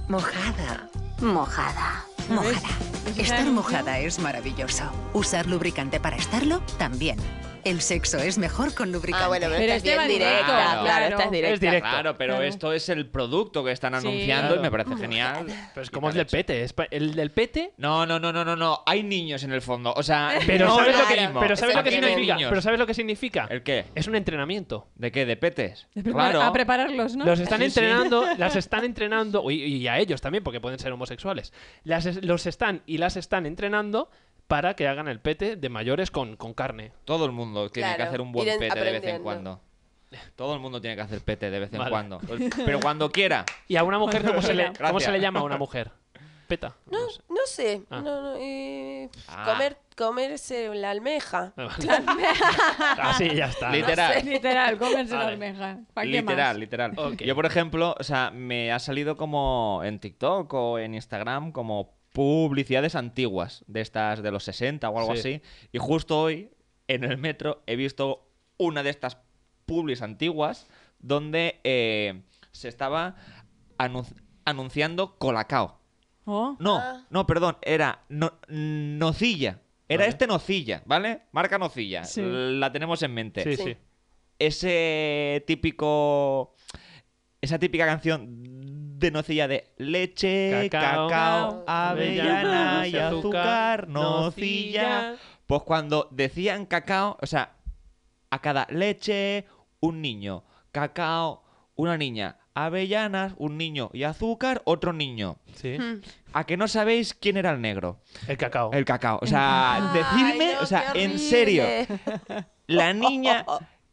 J: Mojada.
N: Mojada. Mojada.
A: ¿Ves?
N: Estar mojada es maravilloso. Usar lubricante para estarlo también. El sexo es mejor con lubricante.
C: Ah, bueno, pero,
A: Pero este
C: esta es bien
A: va directo,
C: directa. Claro,
A: claro.
C: esta es directa.
D: Es directo.
B: Claro, pero
A: Claro.
B: esto es el producto que están
A: Sí.
B: anunciando
D: Claro.
B: y me parece genial.
D: Pero es como el del pete. es pa- el del pete
B: No, no, no, no, no, no. Hay niños en el fondo.
A: <laughs>
B: O sea,
D: Pero
B: no
D: ¿sabes,
B: es
D: lo que,
B: mismo.
D: pero ¿sabes lo que
B: Aquí no hay
D: significa?
B: niños.
D: Pero ¿sabes lo que significa?
B: ¿El qué?
D: Es un entrenamiento.
B: ¿De qué? ¿De petes?
A: De prepar-
B: Claro.
A: A prepararlos, ¿no?
D: Los están
B: Sí, sí.
D: entrenando,
B: <laughs>
D: las están entrenando, y, y a ellos también, porque pueden ser homosexuales. Las, es- los están y las están entrenando para que hagan el pete de mayores con, con carne.
B: Todo el mundo tiene que
C: Claro,
B: hacer un buen
C: ir
B: pete de vez en
C: aprendiendo.
B: cuando. Todo el mundo tiene que hacer pete de vez en
D: Vale. <laughs>
B: cuando. Pero cuando quiera.
D: ¿Y a una mujer cómo se le,
B: Gracias.
D: cómo se le llama a una mujer? Peta. No
C: <laughs>
D: sé.
C: No sé.
D: Ah.
C: No, no, eh,
B: Ah.
C: comer, comerse la almeja.
D: Ah, vale. Así Ah, ya está. ¿no?
A: <laughs>
B: Literal.
A: Literal, cómense la
D: Vale.
A: almeja. ¿Para qué más?
B: Literal, literal.
D: Ok.
B: Yo, por ejemplo, o sea, me ha salido como en TikTok o en Instagram como publicidades antiguas de estas de los 60 o algo
D: Sí.
B: así. Y justo hoy, en el metro, he visto una de estas publis antiguas donde eh, se estaba anun- anunciando Colacao.
A: Oh,
B: No,
C: Ah.
B: no, perdón, era no- Nocilla. Era
D: Vale.
B: este Nocilla, ¿vale? Marca Nocilla.
A: Sí.
B: La tenemos en mente
D: Sí,
C: Sí.
D: sí.
B: ese típico. Esa típica canción de nocilla de leche,
D: Cacao,
B: cacao, avellana y azúcar, nocilla. Pues cuando decían cacao, o sea, a cada leche, un niño, cacao, una niña, avellanas, un niño y azúcar, otro niño.
D: Sí.
A: Mm.
B: ¿A que no sabéis quién era el negro?
D: El cacao.
B: El cacao. O sea, decidme, Ah, o sea, en serio, la niña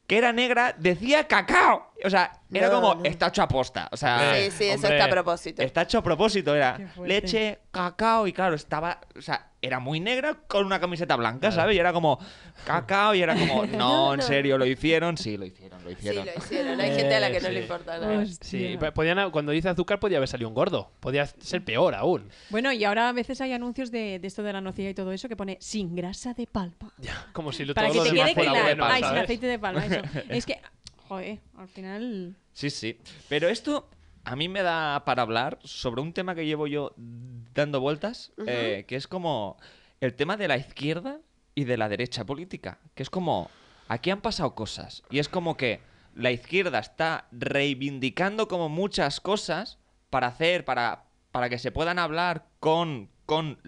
B: que era negra decía cacao. O sea, era
C: No,
B: como,
C: no.
B: está hecho a posta. O sea,
C: Sí, sí, eso
B: Ah, hombre,
C: está a propósito.
B: Está hecho a propósito, era
C: Qué fuerte.
B: leche, cacao y claro, estaba, o sea, era muy negra con una camiseta blanca, ¿sabes? Y era como cacao y era
C: <laughs>
B: como, no, en serio, lo hicieron, sí, lo hicieron, lo hicieron.
C: lo hicieron. Hay gente a la que no le importa nada.
A: Pues,
D: Sí, po- podían, cuando dice azúcar podía haber salido un gordo. Podía ser peor aún.
A: Bueno, y ahora a veces hay anuncios de, de esto de la nocilla y todo eso que pone sin grasa de palpa.
D: Como si lo
A: Para que
D: todo
A: te
D: lo
A: quede
D: demás fuera
A: claro.
D: bueno,
A: Ay, sin
D: ¿sabes?
A: aceite de palma,
D: <laughs>
A: eso. es que, joder, al final...
B: Sí, sí. Pero esto a mí me da para hablar sobre un tema que llevo yo dando vueltas,
A: Ujú.
B: eh, que es como el tema de la izquierda y de la derecha política, que es como, aquí han pasado cosas, y es como que la izquierda está reivindicando como muchas cosas para hacer, para, para que se puedan hablar con, con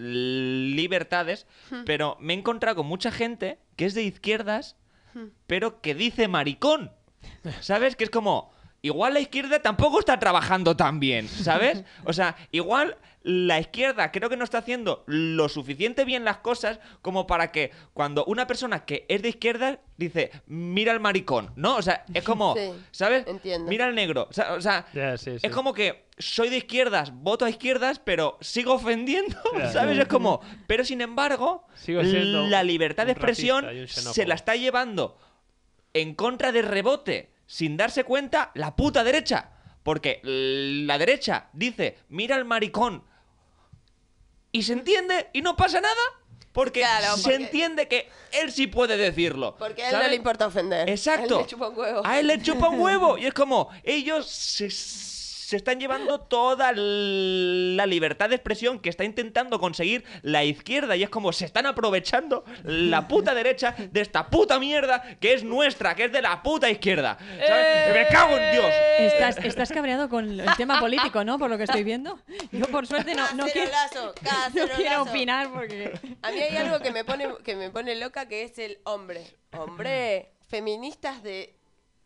B: libertades,
A: Hmm.
B: pero me he encontrado con mucha gente que es de izquierdas pero que dice maricón. ¿Sabes? Que es como, igual la izquierda tampoco está trabajando tan bien, ¿sabes? O sea, igual la izquierda creo que no está haciendo lo suficiente bien las cosas como para que cuando una persona que es de izquierda dice, mira al maricón, ¿no? O sea, es como,
C: <laughs> Sí,
B: ¿sabes?
C: entiendo.
B: Mira al negro. O sea, o sea,
D: Ya, sí, sí.
B: es como que soy de izquierdas, voto a izquierdas, pero sigo
D: <laughs>
B: ofendiendo,
D: Claro.
B: ¿sabes? Es como, pero sin embargo,
D: Sigo siendo
B: la libertad de
D: un racista
B: expresión
D: y un xenófobo.
B: se la está llevando en contra de rebote, sin darse cuenta, la puta derecha. Porque la derecha dice, mira al maricón, y se entiende y no pasa nada. Porque
C: Claro,
B: se
C: porque-
B: entiende que él sí puede decirlo.
C: Porque a él
B: ¿sabes?
C: no le importa
B: <laughs>
C: ofender.
B: Exacto.
C: A él le chupa un huevo.
B: A él le chupa un
C: <laughs>
B: huevo. Y es como, ellos se, se están llevando toda la libertad de expresión que está intentando conseguir la izquierda. Y es como, se están aprovechando la puta derecha de esta puta mierda que es nuestra, que es de la puta izquierda. ¿sabes?
C: Eh.
B: ¡Me cago en Dios!
A: Estás, estás cabreado con el tema político, ¿no? Por lo que estoy viendo. Yo, por suerte, no, no quiero,
B: <laughs>
C: Cacerolazo,
A: no
C: cacerolazo.
A: quiero opinar porque...
C: A mí hay algo que me pone que me pone loca que es el hombre. Hombre, feministas de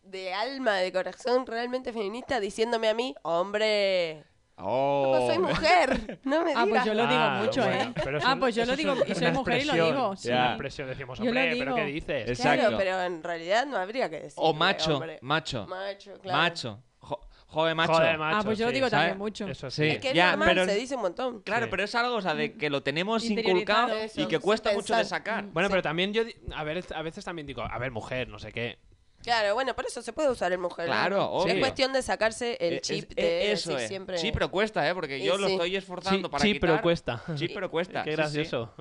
C: de alma, de corazón, realmente feminista diciéndome a mí, hombre,
B: Oh.
C: no soy mujer, no me
A: <laughs>
C: digas.
A: Ah, pues yo lo digo
D: Ah,
A: mucho,
D: bueno,
A: ¿eh?
D: pero es
A: Ah,
D: un-
A: pues yo
D: eso
A: lo
D: es
A: digo,
D: un-
A: y soy
D: una
A: mujer y lo
D: expresión,
A: digo.
D: es
A: sí.
D: Una expresión, decimos,
A: Yo lo
D: hombre,
A: digo.
D: pero ¿qué dices?
B: Exacto.
C: Claro, pero en realidad no habría que decir.
B: O macho,
C: hombre.
B: macho.
C: Macho, claro.
B: Macho. Jo- joder, macho.
D: Joder, macho,
A: Ah, pues yo lo
D: sí,
A: digo
B: ¿sabes?
A: también mucho.
D: Eso sí.
B: Sí,
C: Es que es
B: ya,
C: normal,
B: pero
C: se dice un montón.
B: Claro,
D: Sí.
B: pero es algo, o sea, de que lo tenemos
A: Interiorizado.
B: inculcado y
C: Eso,
B: que cuesta mucho de
C: pensar.
B: sacar.
D: Bueno, pero también yo... di- A, ver, a veces también digo, a ver, mujer, no sé qué.
C: Claro, bueno, por eso se puede usar el mujer. ¿no?
B: Claro,
C: Es
B: obvio.
C: cuestión de sacarse
B: Eh,
C: el
D: Eh,
B: Es-
C: chip
B: es-
C: de
B: eso
C: decir
B: es.
C: siempre.
B: Sí, pero cuesta, ¿eh? Porque
C: Y
B: yo lo
C: sí.
B: estoy esforzando
D: Sí,
B: para
D: sí,
B: quitar.
D: pero cuesta.
B: Sí, pero cuesta.
D: Qué
B: sí,
D: gracioso.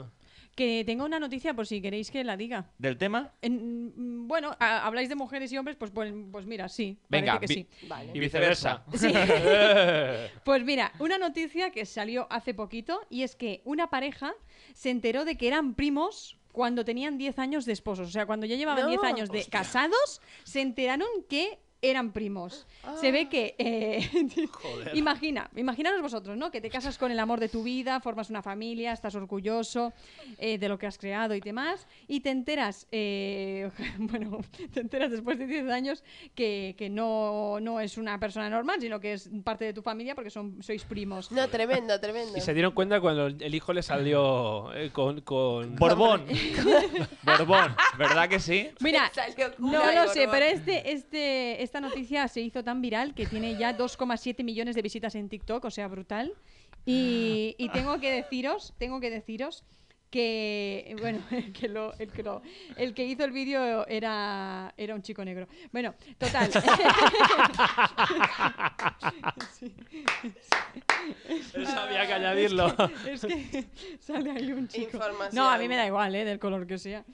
A: Que tengo una noticia por si queréis que la diga.
B: sí. ¿Del tema?
A: En- mm, bueno, a- habláis de mujeres y hombres, pues, pues, pues mira, sí.
B: Venga,
A: parece que
B: <laughs> vi-
A: sí.
C: Vale.
B: Y viceversa. <laughs>
A: Pues mira, una noticia que salió hace poquito y es que una pareja se enteró de que eran primos cuando tenían 10 años de esposos. O sea, cuando ya llevaban
C: No.
A: 10 años de casados, se enteraron que eran primos. Se ve que... eh, <laughs> imagina, imaginaros vosotros, ¿no? Que te casas con el amor de tu vida, formas una familia, estás orgulloso eh, de lo que has creado y demás, y te enteras, eh, <laughs> bueno, te enteras después de 10 años que, que no, no es una persona normal, sino que es parte de tu familia porque son, sois primos.
C: No, tremendo, tremendo.
D: Y
C: <laughs>
D: se dieron cuenta cuando el hijo le salió eh, con... con...
B: Borbón. <laughs> Borbón, ¿verdad que sí?
A: Mira,
C: Salió culo
A: no
C: y
A: lo sé,
C: gorgón.
A: pero este, este, esta noticia se hizo tan viral que tiene ya 2,7 millones de visitas en TikTok, o sea, brutal. Y, y tengo que deciros, tengo que deciros que bueno <laughs> el que lo, el que lo- el que hizo el vídeo era era un chico negro bueno
D: <laughs>
A: total Sí.
D: Sabía que añadirlo.
A: Es que sale ahí un chico.
C: Información.
A: No, a mí me da igual, ¿eh? Del color que sea.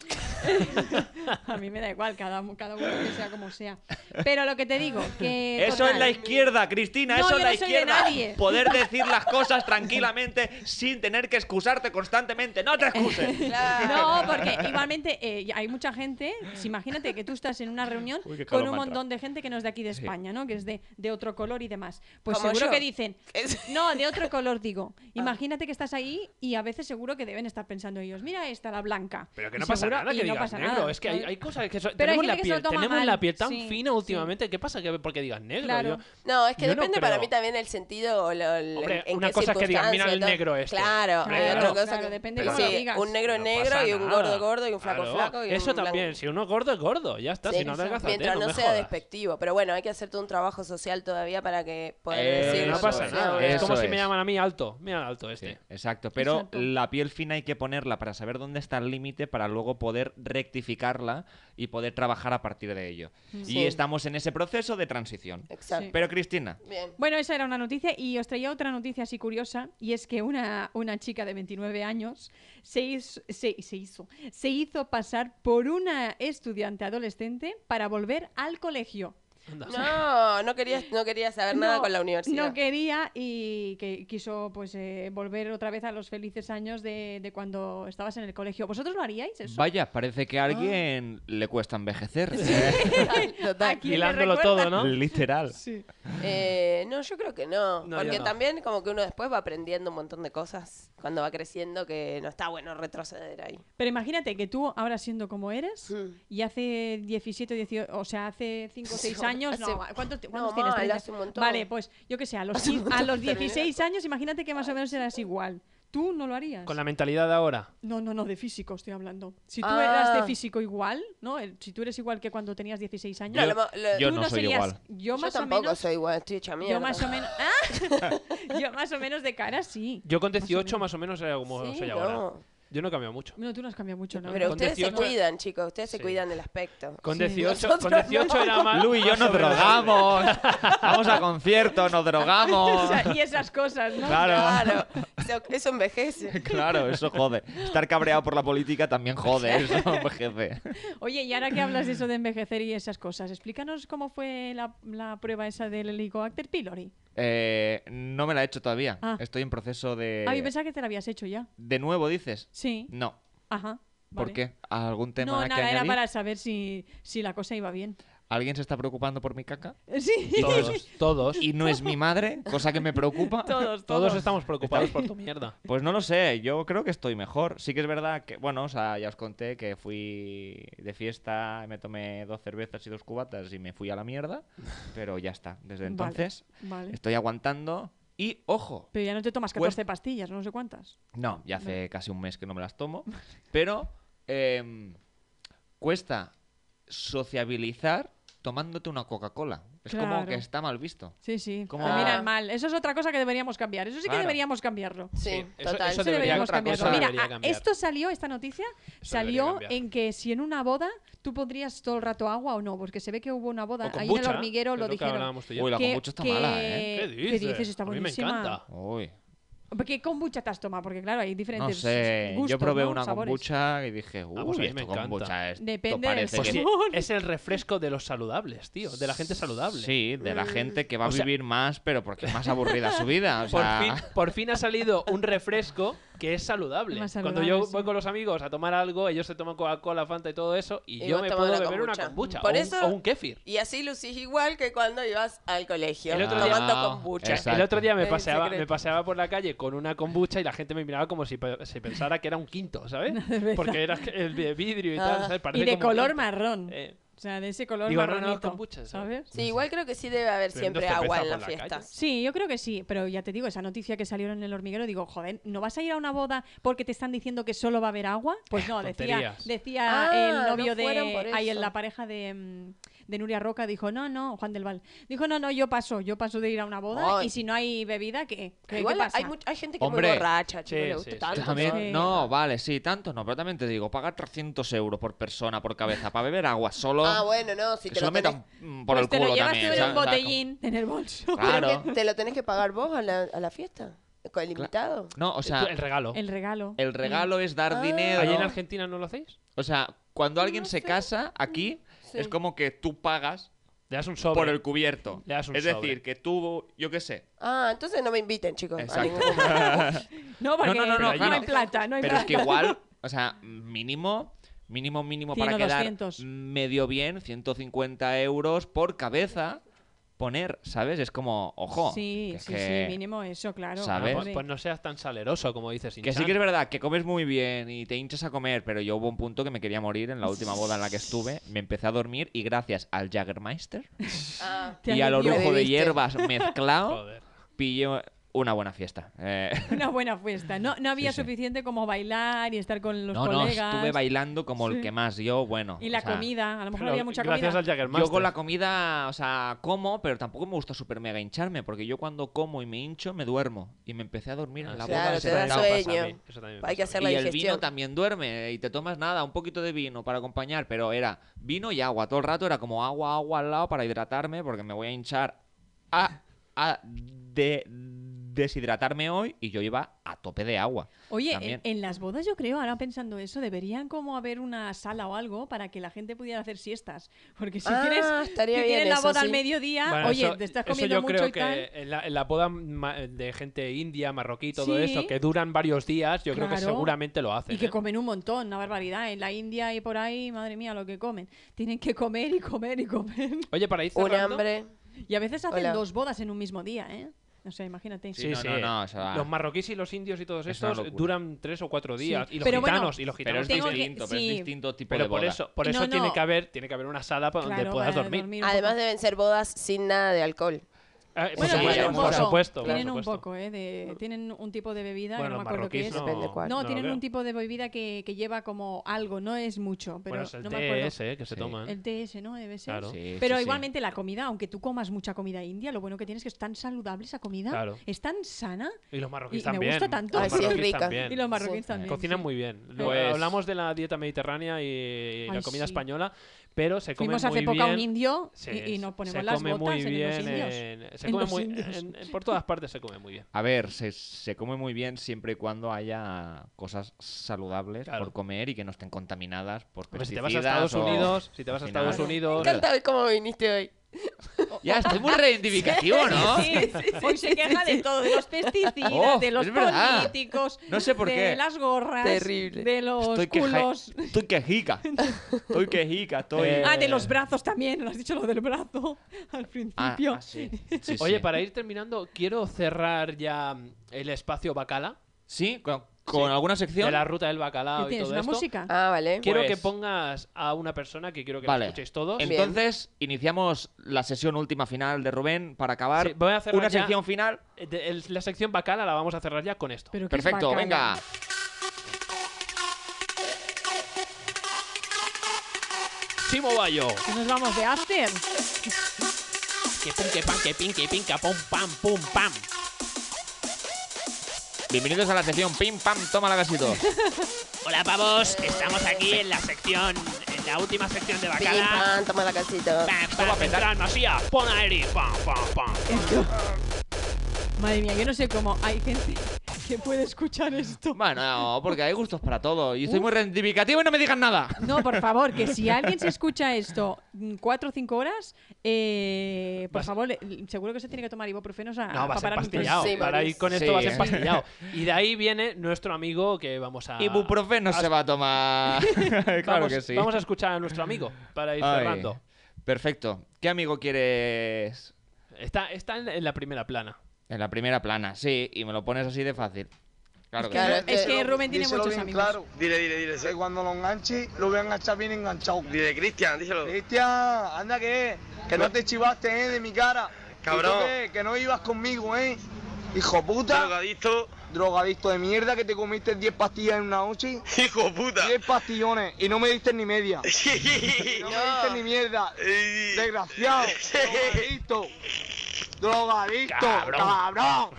A: a mí me da igual, cada, cada uno que sea como sea. Pero lo que te digo, que...
B: Eso
A: total,
B: es la izquierda, Cristina,
A: No, yo
B: eso es
A: no
B: la
A: soy de
B: izquierda.
A: nadie.
B: Poder decir las cosas tranquilamente sin tener que excusarte constantemente. No te excuses.
C: <laughs>
A: No, porque igualmente eh, hay mucha gente, si imagínate que tú estás en una reunión
B: Uy, qué
A: con
B: calor
A: un
B: me ha entrado.
A: montón de gente que no es de aquí de España, ¿no? Que es de, de otro color y demás. Pues
C: Como
A: seguro
C: yo.
A: que dicen,
C: Es-
A: no, de otro color digo. Imagínate que estás ahí y a veces seguro que deben estar pensando ellos, mira esta, la blanca.
D: Pero que
A: Y
D: no pasa
A: seguro-
D: nada
A: y
D: que
A: no no
D: digas
A: pasa
D: negro.
A: nada.
D: Es que hay, hay cosas que so-
A: Pero hay gente
D: tenemos, la
A: que se lo
D: piel,
A: toma
D: tenemos
A: mal,
D: la piel tan
A: sí,
D: fina últimamente. ¿Qué pasa? que porque digas negro?
A: Claro.
D: Yo-
C: No, es que
D: yo
C: depende
D: creo.
C: para mí también el sentido o lo, el-
D: Hombre,
C: en
D: una
C: qué
D: cosa es que digan, mira el
C: circunstancia,
D: negro
C: todo.
D: este.
C: Claro,
D: Hombre,
C: hay
D: claro.
C: otra cosa
A: Claro,
C: que-
A: depende
C: pero
A: cómo lo
C: sí,
A: digas.
C: un negro es
D: No
C: negro
D: pasa
C: y un
D: nada.
C: gordo es gordo y un flaco es
D: Claro,
C: flaco. Y
D: Eso
C: un blanco-
D: también, si uno es gordo es gordo, ya está,
C: Sí,
D: si no adelgazate,
C: mientras no,
D: me
C: sea
D: jodas.
C: despectivo. Pero bueno, hay que hacerte un trabajo social todavía para que poder
B: Eh,
C: decir.
D: no
B: Eso
D: pasa
B: es,
D: nada, es
B: eso
D: como si
B: es.
D: me llaman a mí alto, mira el alto este.
B: Exacto, pero
D: Exacto.
B: la piel fina hay que ponerla para saber dónde está el límite para luego poder rectificarla y poder trabajar a partir de ello.
A: Mm. Sí.
B: Y estamos en ese proceso de transición.
C: Exacto.
B: Pero Cristina,
A: Bueno, esa era una noticia y os traía otra noticia así curiosa y es que una, una chica de 29 años se hizo, se, se hizo, se hizo pasar por una estudiante adolescente para volver al colegio.
C: No, no quería, no quería saber nada
A: No,
C: con la universidad.
A: No quería y que quiso pues eh, volver otra vez a los felices años de, de cuando estabas en el colegio. ¿Vosotros lo haríais eso? Ah.
B: vaya, parece que a alguien le cuesta envejecer. ¿eh?
C: Total.
A: quién le Hilándolo recuerda? todo, <laughs> ¿no?
B: Literal.
C: Eh, no, yo creo que no.
B: No,
C: porque
B: yo no.
C: también como que uno después va aprendiendo un montón de cosas cuando va creciendo que no está bueno retroceder ahí.
A: Pero imagínate que tú ahora siendo como eres y hace 17, 18, o sea, hace 5 o 6
C: Hace-
A: años, no, ¿cuántos, ti- cuántos tienes?
C: mal,
A: 30.
C: hace un montón.
A: Vale, pues yo que sé, a los,
C: Hace un
A: 15 a
C: montón,
A: los
C: terminé.
A: 16 años imagínate que más o menos eras igual. ¿Tú no lo harías?
D: Con la mentalidad de ahora.
A: No, no, no, de físico estoy hablando. Si tú
C: Ah.
A: eras de físico igual, ¿no? El- si tú eres igual que cuando tenías 16 años,
C: No, lo mo- lo-
B: yo
A: tú
B: no soy
A: serías-
B: igual.
A: Yo más o
C: tampoco
A: menos...
C: soy igual, estoy hecha mierda.
A: Yo más o
C: <laughs>
A: menos... ¡Ah! <laughs> yo más o menos de cara sí.
D: Yo con 18 más o menos era como
A: Sí,
D: soy
A: no.
D: ahora. Yo no he cambiado mucho.
A: No, tú no has cambiado mucho, ¿no? <laughs>
C: Pero
D: Con
C: ustedes
D: 18
C: se cuidan, chicos, ustedes se
D: Sí.
C: cuidan del aspecto.
D: Con
B: Sí.
D: 18, con
B: Nosotros
D: 18
B: no.
D: era más.
B: Lu y yo
D: más
B: nos
D: o menos.
B: drogamos. Vamos a conciertos,
A: <laughs>
B: nos drogamos.
A: y esas cosas, ¿no?
B: Claro.
C: <laughs> Eso, eso
D: <laughs>
B: <laughs>
C: envejece.
B: Claro, eso jode. Estar cabreado por la política también jode, eso envejece.
A: Oye, y ahora que hablas de eso de envejecer y esas cosas, explícanos cómo fue la, la prueba esa del Helicobacter pylori.
B: Eh, no me la he hecho todavía.
A: Ah.
B: Estoy en proceso de.
A: Ah, yo pensaba que te la habías hecho ya.
B: ¿De nuevo dices?
A: Sí.
B: No.
A: Ajá.
B: ¿Por
A: vale.
B: qué? ¿Algún tema
A: No,
B: que
A: nada, era
B: añadir?
A: para saber si, si la cosa iba bien. <laughs>
B: ¿Alguien se está preocupando por mi caca?
A: Sí.
D: Todos, todos.
B: Y no es mi madre, cosa que me preocupa.
A: <laughs> Todos,
D: Todos
A: todos.
D: estamos preocupados por tu mierda.
B: Pues no lo sé, yo creo que estoy mejor. Sí que es verdad que, bueno, o sea, ya os conté que fui de fiesta, me tomé dos cervezas y dos cubatas y me fui a la mierda, pero ya está. Desde
A: Vale,
B: entonces
A: vale.
B: estoy aguantando y, ojo,
A: Pero ya no te tomas
B: Pues-
A: 14 pastillas, no sé cuántas.
B: no, ya hace casi un mes que no me
A: <laughs>
B: las tomo, pero em, cuesta sociabilizar tomándote una Coca-Cola. Es como
A: Claro.
B: que está mal visto.
A: Sí, sí.
B: Como-
A: Te miran mal. Eso es otra cosa que deberíamos cambiar. Eso sí que
B: Claro.
A: deberíamos cambiarlo.
C: Sí,
D: eso-
C: total.
D: eso
A: Eso
D: debería-
A: deberíamos
D: otra
A: cambiarlo.
D: cosa
A: Mira,
D: debería
A: a-
D: cambiar.
A: esto salió, esta noticia salió
D: cambiar.
A: en que si en una boda tú podrías todo el rato agua o no, porque se ve que hubo una boda
D: O
A: ahí en el
D: kombucha,
A: hormiguero, lo
D: que es lo que
A: dijeron.
D: hablábamos tú y yo. Uy,
B: la
A: que-
B: kombucha está
A: que-
B: mala, ¿eh?
D: ¿Qué dices?
A: Está
D: A mí me
A: buenísima.
D: encanta.
B: Uy.
A: ¿Qué kombucha te has tomado? Porque claro, hay diferentes
B: No sé,
A: gustos,
B: yo probé
A: ¿no?
B: una
A: Sabores.
B: kombucha y dije, uy,
D: Ah, pues a mí me
B: esto
D: encanta.
B: kombucha esto
A: Depende del
B: parece
D: Pues
B: que-
D: sí, es el refresco de los saludables, tío. De la gente saludable.
B: Sí, de la gente que va a
D: O sea-
B: vivir más, pero porque es más aburrida su vida. O
D: <laughs>
B: sea,
D: Por
B: <laughs>
D: fin, por fin ha salido un refresco que es saludable.
A: Más
D: Cuando
A: saludable,
D: yo
A: sí.
D: voy con los amigos a tomar algo, ellos se toman Coca-Cola, Fanta y todo eso, y,
C: Y
D: yo
C: vos
D: me
C: tomas
D: puedo
C: una
D: beber una
C: kombucha.
D: kombucha
C: Por
D: o, un-
C: eso-
D: o un kéfir.
C: Y así lucís igual que cuando ibas al colegio,
D: El otro día-
C: tomando
B: Ah,
C: kombucha.
B: exacto.
D: El otro día me
C: El
D: paseaba,
C: secreto.
D: me paseaba por la calle con una kombucha y la gente me miraba como si pe- se pensara que era un quinto,
A: <laughs>
D: ¿sabes?
A: cerveza.
D: Porque era el de vidrio y
C: Ah.
D: tal, ¿sabes? Parece
A: Y de
D: como un
A: color
D: quinto.
A: marrón.
D: Eh,
A: O sea, de ese color
D: Digo, no, no,
A: marronito,
D: kombucha, ¿sabes?
A: ¿sabes?
C: Sí, igual creo que sí debe haber
D: Bebiendo
C: siempre
D: cerveza
C: agua en
D: por
C: las
D: la
C: fiestas.
A: Sí, yo creo que sí, pero ya te digo, esa noticia que salieron en el hormiguero, digo, joder, ¿no vas a ir a una boda porque te están diciendo que solo va a haber agua?
B: Eh,
A: Pues no, decía,
D: Tonterías.
A: decía
C: Ah,
A: el novio
C: no fueron por
A: de ahí
C: eso.
A: en la pareja de, mm, de Nuria Roca dijo, no, no, Juan del Val. Dijo, no, no, yo paso, yo paso de ir a una boda
C: Ay.
A: y si no hay bebida, ¿qué? ¿Qué,
C: Igual
A: qué pasa?
C: hay, much- hay gente que es
B: Hombre.
C: muy borracha, chicos,
D: Sí,
C: le
D: sí,
C: gusta
D: sí.
C: tanto.
B: también-
C: ¿no?
B: no, vale, sí, tanto no, pero también te digo, pagar 300 euros por persona, por cabeza, para beber agua solo.
C: Ah, bueno, no, si
B: que
C: te
B: se
C: lo
B: lo
C: tenés...
B: metan mm, por
A: Pues
B: el
A: te
B: culo
A: lo llevas
B: también.
A: tú en un
B: ¿sabes? O sea,
A: botellín en el bolso.
B: como-
D: <laughs>
C: Pero que
B: Claro.
C: te lo tenés que pagar vos a la, a la fiesta, con el invitado.
B: No, o sea,
D: tú, el regalo.
A: El regalo.
B: el regalo es
A: Ah.
B: dar dinero.
D: ¿Allí en Argentina no lo hacéis?
B: O sea, cuando alguien se casa aquí,
C: Sí.
B: es como que tú pagas
D: Le das un sobre.
B: por el cubierto.
D: Le das un
B: es
D: sobre.
B: decir, que tú, yo qué sé.
C: Ah, entonces no me inviten, chicos. a
B: Exacto.
C: ningún-
B: <laughs>
A: No, porque
B: no, no, no,
A: hay
B: claro.
A: plata, no hay
B: Pero
A: plata.
B: es
A: <laughs>
B: que igual, o sea, mínimo, mínimo, mínimo
A: Cien
B: para
A: o
B: quedar
A: 200.
B: medio bien, 150 euros por cabeza. poner, ¿sabes? Es como, ojo.
A: Sí,
B: que es
A: sí,
B: que-
A: sí, mínimo eso, claro.
B: ¿Sabes?
A: hombre.
D: Pues, pues no seas tan saleroso como dices.
B: Que sí que es verdad que comes muy bien y te hinchas a comer, pero yo hubo un punto que me quería morir en la última boda en la que estuve. Me empecé a dormir y gracias
A: <laughs>
B: al Jaggermeister
C: Ah.
B: y al orujo de
C: Bebiste.
B: hierbas <laughs> mezclado, pillé una buena fiesta. Eh, <laughs>
A: Una buena fiesta. No, no había
B: Sí, sí.
A: suficiente como bailar y estar con los
B: no, no,
A: colegas.
B: estuve bailando como el
A: Sí.
B: que más. Yo, bueno.
A: Y la
B: o sea,
A: comida. A lo mejor había mucha comida.
B: Yo con la comida, o sea, como, pero tampoco me gusta super mega hincharme, porque yo cuando como y me hincho, me duermo. Y me empecé a dormir
D: Ah,
B: en la boda.
C: Claro, te da
B: sentado.
C: sueño. Hay que hacer la
B: y el
C: digestión.
B: vino también duerme eh, y te tomas nada, un poquito de vino para acompañar, pero era vino y agua. Todo el rato era como agua, agua al lado para hidratarme porque me voy a hinchar a, a de- deshidratarme hoy y yo iba a tope de agua.
A: Oye, eh, en,
B: también.
A: en las bodas yo creo, ahora pensando eso, deberían como haber una sala o algo para que la gente pudiera hacer siestas. Porque si
C: Ah,
A: tienes,
C: estaría
A: si
C: bien
A: tienes la
C: eso,
A: boda al
C: sí.
A: mediodía,
D: Bueno,
A: oye,
D: eso-
A: te estás
D: eso
A: comiendo
D: yo
A: mucho
D: creo
A: y
D: que
A: tal.
D: En, la, en la boda ma- eh, de gente india, marroquí, todo
A: Sí.
D: eso, que duran varios días, yo creo que
A: Claro.
D: seguramente lo hacen.
A: Y que
D: ¿eh?
A: comen un montón, una barbaridad. En la India y por ahí, madre mía, lo que comen. Tienen que comer y comer y comer. <laughs>
D: Oye, para ir
C: Un
D: cerrando-
C: hambre.
A: Y a veces hacen
C: Hola.
A: dos bodas en un mismo día, ¿eh? No sé, imagínate.
D: Sí, sí. Los marroquíes y los indios y todos
B: Es una
D: estos
B: locura.
D: duran tres o cuatro días.
A: Sí.
D: Y los
A: Pero bueno,
D: gitanos, y los
B: Pero es
D: gitanos.
A: Tengo que-
B: distinto, pero es
A: sí.
B: distinto tipo
D: Pero
B: de
D: por
B: boda.
D: eso, por
A: No,
D: eso tiene
A: no.
D: que haber, tiene que haber una sala para donde
A: Claro,
D: puedas
A: para
D: dormir.
A: un
C: Además
A: poco.
C: deben ser bodas sin nada de alcohol.
D: Ah, por
A: Bueno,
D: supuesto,
A: tienen un
D: por
A: poco,
D: supuesto, por
A: tienen
D: supuesto.
A: un poco, ¿eh? de- tienen un tipo de bebida, que
D: Bueno,
A: no me acuerdo qué
D: marroquíes
A: es.
D: no- Depende cuál.
A: No,
D: no
A: tienen
D: creo.
A: un tipo de bebida que, que lleva como algo, no es mucho, pero
D: Bueno, es el
A: no me acuerdo.
D: TS eh, que se toman.
A: El TS, ¿no? Debe ser.
D: Claro. Sí,
A: pero
D: sí, sí.
A: igualmente la comida, aunque tú comas mucha comida india, lo bueno que tienes es que es tan saludable esa comida,
D: Claro.
A: es tan sana.
D: Y los marroquíes
A: Y me
D: también.
A: gusta tanto.
D: Los
A: Ay, sí, es
D: marroquíes
C: rica.
D: también.
A: Y los marroquíes también.
D: Cocinan
A: sí.
D: muy bien. Lo-
B: Pues-
D: Hablamos de la dieta mediterránea y la
A: Ay,
D: comida
A: sí.
D: española, pero se come muy
A: Fuimos hace
D: bien.
A: poco a un indio
D: Sí,
A: y- y, nos ponemos
D: se
A: las
D: come
A: botas
D: muy
A: en
D: bien eh,
A: los indios.
D: en- se
A: En
D: come
A: los
D: muy-
A: indios.
D: en- en- por todas partes se come muy bien.
B: A ver, se, se come muy bien siempre y cuando haya cosas saludables
D: Claro.
B: por comer y que no estén contaminadas por
D: Hombre,
B: pesticidas.
D: si te vas a Estados
B: o-
D: Unidos, si te vas a
B: al final-
D: Estados
C: Me
D: Unidos,
C: encanta hoy cómo viniste hoy.
B: Ya,
A: <laughs>
B: estoy muy reivindicativo, <laughs> ¿no?
A: Sí, sí, <laughs> sí, Hoy Pues se queja de todo, de los pesticidas,
B: Oh,
A: de los
B: es verdad.
A: políticos,
B: No sé por
A: de
B: qué.
A: las gorras,
C: Terrible.
A: de los
B: Estoy, queja- Eh.
A: culos.
B: estoy quejica. Estoy quejica, estoy...
D: Eh,
A: Ah, de los brazos también, lo has dicho lo del brazo <laughs> al
B: Ah,
A: principio. <laughs>
B: ah, sí. Sí,
D: Oye,
B: sí.
D: para ir terminando, quiero cerrar ya mm, el espacio bacala,
B: Sí, con, con alguna sección.
D: de la ruta del
A: ¿Qué
D: bacalao y
A: tienes?
D: todo
A: ¿Una
D: esto.
A: música?
C: Ah, vale.
D: Quiero
B: Pues-
D: que pongas a una persona que quiero que la
B: Vale.
D: escuchéis todos.
C: En-
B: Entonces, iniciamos la sesión última final de Rubén para acabar.
D: Sí, voy a hacerla
B: una
D: ya.
B: sección final.
D: Eh, de- el- la sección bacala la vamos a cerrar ya con esto.
A: Pero qué
B: Perfecto,
A: bacala.
B: venga.
D: Simo Bayo.
A: Que Nos vamos de after.
D: Que pum, que pam, que pin, que pin, que pum, pam, pum, pam.
B: Bienvenidos a la sección Pim Pam Toma
A: <laughs>
B: la Gasito.
D: Hola, pavos. Estamos aquí en la sección, en la última sección de
C: Pim, pam, toma la casita.
D: Toma, Petrán, Masía, pon a Eri. Pam, pam, pam.
A: Esto. Madre mía, yo no sé cómo hay gente que puede escuchar esto.
B: Bueno, porque hay gustos para todo. Y soy muy reivindicativo y no me digan nada.
A: No, por favor, que
B: <laughs>
A: si alguien se escucha esto mm, cuatro o cinco horas, eh, por
D: Vas-
A: favor, le- seguro que se tiene que tomar ibuprofenos a,
D: No, Ah,
A: para
D: va a ser
A: parar un
D: pastillado.
C: Sí,
D: Para ir con esto
B: sí.
D: va a ser pastillado. Y de ahí viene nuestro amigo que
B: <laughs>
D: vamos a...
B: Ibuprofeno se va a tomar.
D: <laughs>
B: <laughs> claro
D: Ah. vamos,
B: que sí.
D: Vamos a escuchar a nuestro amigo para ir
B: Ay,
D: cerrando.
B: Perfecto. ¿Qué amigo quieres
D: Está, está en, en la primera plana.
B: en la primera plana? Sí, y me lo pones así de fácil. Claro que sí.
C: Claro,
A: Es que Rubén tiene
K: Díselo
A: muchos
K: bien
A: amigos.
K: Claro.
L: Dile, dile, dile.
K: Que cuando lo enganche, lo voy a enganchar bien enganchado.
L: Dile, Cristian, díselo.
K: Cristian, anda que que no te chivaste, eh, de mi cara.
L: Cabrón.
K: ¿Y tú qué? Que no ibas conmigo, eh. Hijo puta.
L: Drogadicto.
K: Drogadicto de mierda que te comiste 10 pastillas en una noche.
L: Hijo puta.
K: 10 pastillones y no me diste ni media.
L: <laughs>
K: No me diste ni mierda.
I: <laughs>
K: Desgraciado. Drogadicto. Drogadicto.
D: Cabrón.
K: Cabrón.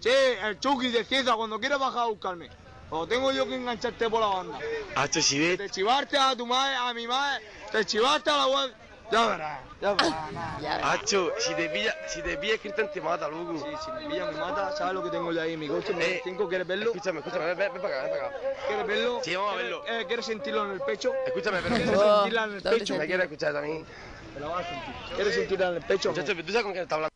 K: Che, el Chucky de Cieza, cuando quieras bajar a buscarme. O tengo yo que engancharte por la banda.
L: Hacho
K: Te chivaste a tu madre, a mi madre. Te chivaste a la web. Ya verás. Ya verás. nada.
C: Ya,
L: Hacho, si te pilla, si te pilla Cristian te mata, loco.
K: Sí, si me pilla, me mata. ¿Sabes lo que tengo yo ahí en mi coche? Me
L: Eh,
K: cinco, ¿quieres verlo?
L: Escúchame, escúchame, ven, ven, ven para acá, ven para acá.
K: ¿Quieres verlo?
L: Sí, vamos a verlo.
K: Eh, ¿Quieres sentirlo en el pecho?
L: Escúchame, pero
K: ¿Quieres <laughs>
C: Oh,
K: sentirla en el
C: doble
K: pecho?
L: me quiero escuchar también.
K: Te la vas a sentir. ¿Quieres sentirla en el pecho?
L: Muchacho, ¿tú sabes con quién está hablando?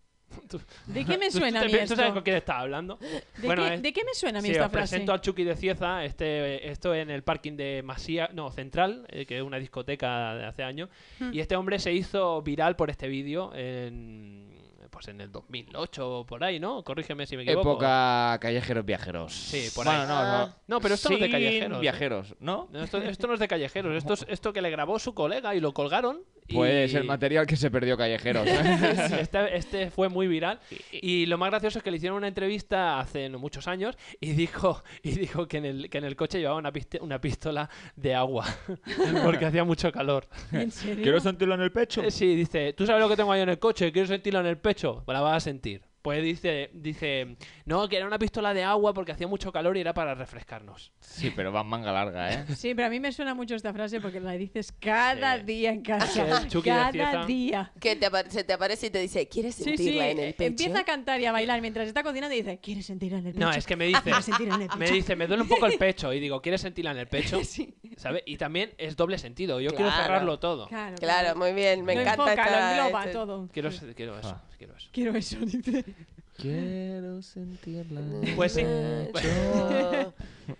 A: ¿De qué me
D: <laughs> ¿Tú-
A: suena a
D: tú,
A: mí
D: te-
A: esto?
D: ¿Tú sabes con quién estás hablando?
A: ¿De, qué,
D: es-
A: de qué me suena a mí
D: eh, sí,
A: esta
D: os
A: frase?
D: presento al Chucky de Cieza, este, esto en el parking de Masía, no, Central, eh, que es una
A: Hmm.
D: discoteca de hace años. Y este hombre se hizo viral por este vídeo en, pues en el 2008 o por ahí, ¿no? Corrígeme si me equivoco.
B: Época callejeros viajeros.
D: Sí, por
B: bueno,
D: ahí. Ah.
B: No, no.
D: No, pero esto no es de
B: Sin
D: callejeros, ¿eh?
B: viajeros, ¿no?
D: No, esto, esto no es de callejeros, esto es esto que le grabó su colega y lo colgaron. y-
B: Pues el material que se perdió callejeros. ¿eh? <laughs>
D: <laughs> este, este fue muy viral. Y lo más gracioso es que le hicieron una entrevista hace no muchos años y dijo, y dijo que, en el, que en el coche llevaba una, piste- una pistola de agua <laughs> porque hacía mucho calor.
A: ¿En serio? ¿Quiero
B: sentirlo en el pecho?
D: Sí, dice, ¿tú sabes lo que tengo yo en el coche? ¿Quiero sentirlo en el pecho? La vas a sentir. Pues dice, dice, no, que era una pistola de agua porque hacía mucho calor y era para refrescarnos.
B: Sí, pero van manga larga, ¿eh?
A: Sí, pero a mí me suena mucho esta frase porque la dices cada día en
B: Que
A: casa.
B: el Chucky
A: Cada
B: decía-
A: día.
C: Que te apare- se te aparece y te dice, ¿quieres
A: Sí,
C: sentirla
A: sí. eh,
C: en el pecho?
A: Empieza a cantar y a bailar mientras está cocinando y dice, ¿quieres sentirla en el pecho?
D: No,
A: <laughs>
D: es que me dice,
A: ¿Quieres sentirla Ah, en el pecho?
D: me dice, me duele
A: <laughs>
D: un poco el pecho y digo, ¿quieres sentirla en el pecho? ¿Sabes? Y también es doble sentido, yo quiero
C: Claro.
D: cerrarlo todo.
A: Claro,
C: Claro, muy bien, me
A: Lo
C: encanta
A: enfoca, lo
C: esta-
A: engloba
C: este-
A: todo.
D: Quiero, se- quiero eso,
B: Ah.
D: quiero eso.
A: Quiero eso, dice.
B: Quiero sentirla.
D: Pues sí. <laughs>
C: Pues-
D: Pues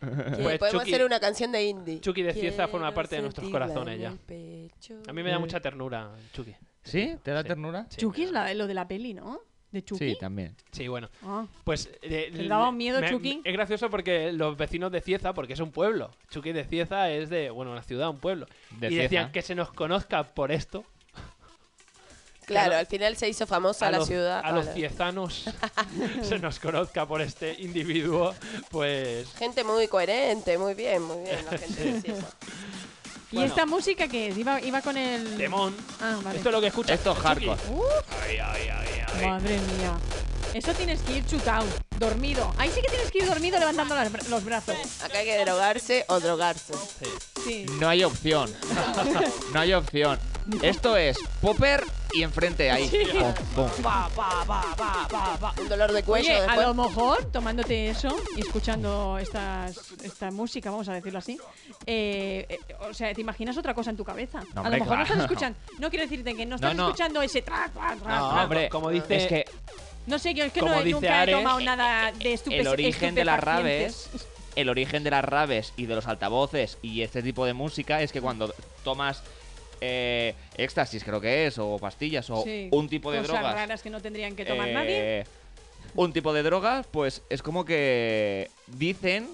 C: Mm, Podemos
D: Chucky-
C: hacer una canción de indie.
D: Chucky de Cieza
C: Quiero
D: forma parte de nuestros
C: sentirla
D: corazones
C: en
D: ya.
C: el pecho.
D: A mí
B: Mm.
D: me da mucha ternura, Chucky.
B: ¿Sí? ¿Te da ternura?
A: Chucky es la- lo de la peli, ¿no? De Chucky.
B: Sí, también.
D: Sí, bueno.
A: Ah.
D: Pues. eh,
A: ¿Te daba miedo,
D: me-
A: Chucky?
D: Es gracioso porque los vecinos de Cieza, porque es un pueblo. Chucky de Cieza es de, bueno, una ciudad, un pueblo.
B: De
D: y decían
B: Cieza.
D: que se nos conozca por esto.
C: Claro, al final se hizo famosa la
D: los,
C: ciudad.
D: A los
A: <laughs>
C: Vale.
D: ciezanos se nos conozca por este individuo, pues.
C: Gente muy coherente, muy bien, muy bien la
D: <laughs>
C: gente de Cieza.
A: ¿Y
D: Bueno.
A: esta música qué es? Iba, iba con el...
D: Temón.
A: Ah, vale. Uh.
D: Esto es lo que escuchas.
B: Esto es
D: Chucky.
B: hardcore.
D: Ay, ay, ay, ay.
A: Madre mía. Eso tienes que ir chutado, dormido. Ahí sí que tienes que ir dormido levantando las bra- los brazos.
C: Acá hay que drogarse o drogarse.
A: Sí.
B: No hay opción. <laughs> No hay opción. Esto es Popper y enfrente ahí.
A: Sí.
B: Pum, pum.
A: Pa, pa, pa, pa, pa, pa.
C: Un dolor de cuello
A: Oye, a
C: después.
A: lo mejor tomándote eso y escuchando estas, esta música, vamos a decirlo así, eh, eh, o sea, te imaginas otra cosa en tu cabeza.
B: No,
A: a
B: hombre,
A: lo mejor no
B: claro.
A: estás escuchando. No quiero decirte que no estás
B: no.
A: escuchando ese tra, tra, tra,
B: No,
A: tra.
B: hombre,
D: como dice-
B: Es que
A: No sé, yo es que
B: como
A: no,
B: dice
A: nunca
B: Ares,
A: he tomado nada de estupe-
B: el origen de las
A: estupefacientes.
B: raves, el origen de las raves y de los altavoces y este tipo de música es que cuando tomas eh, éxtasis creo que es o pastillas o
A: Sí,
B: un tipo de
A: Cosas
B: drogas,
A: raras que no tendrían que tomar
B: eh,
A: nadie.
B: un tipo de drogas, pues es como que dicen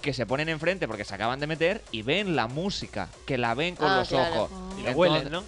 B: que se ponen enfrente porque se acaban de meter y ven la música, que la ven con
C: Ah,
B: los
C: claro.
B: ojos.
D: Y la
B: Entonces-
D: huelen, ¿no?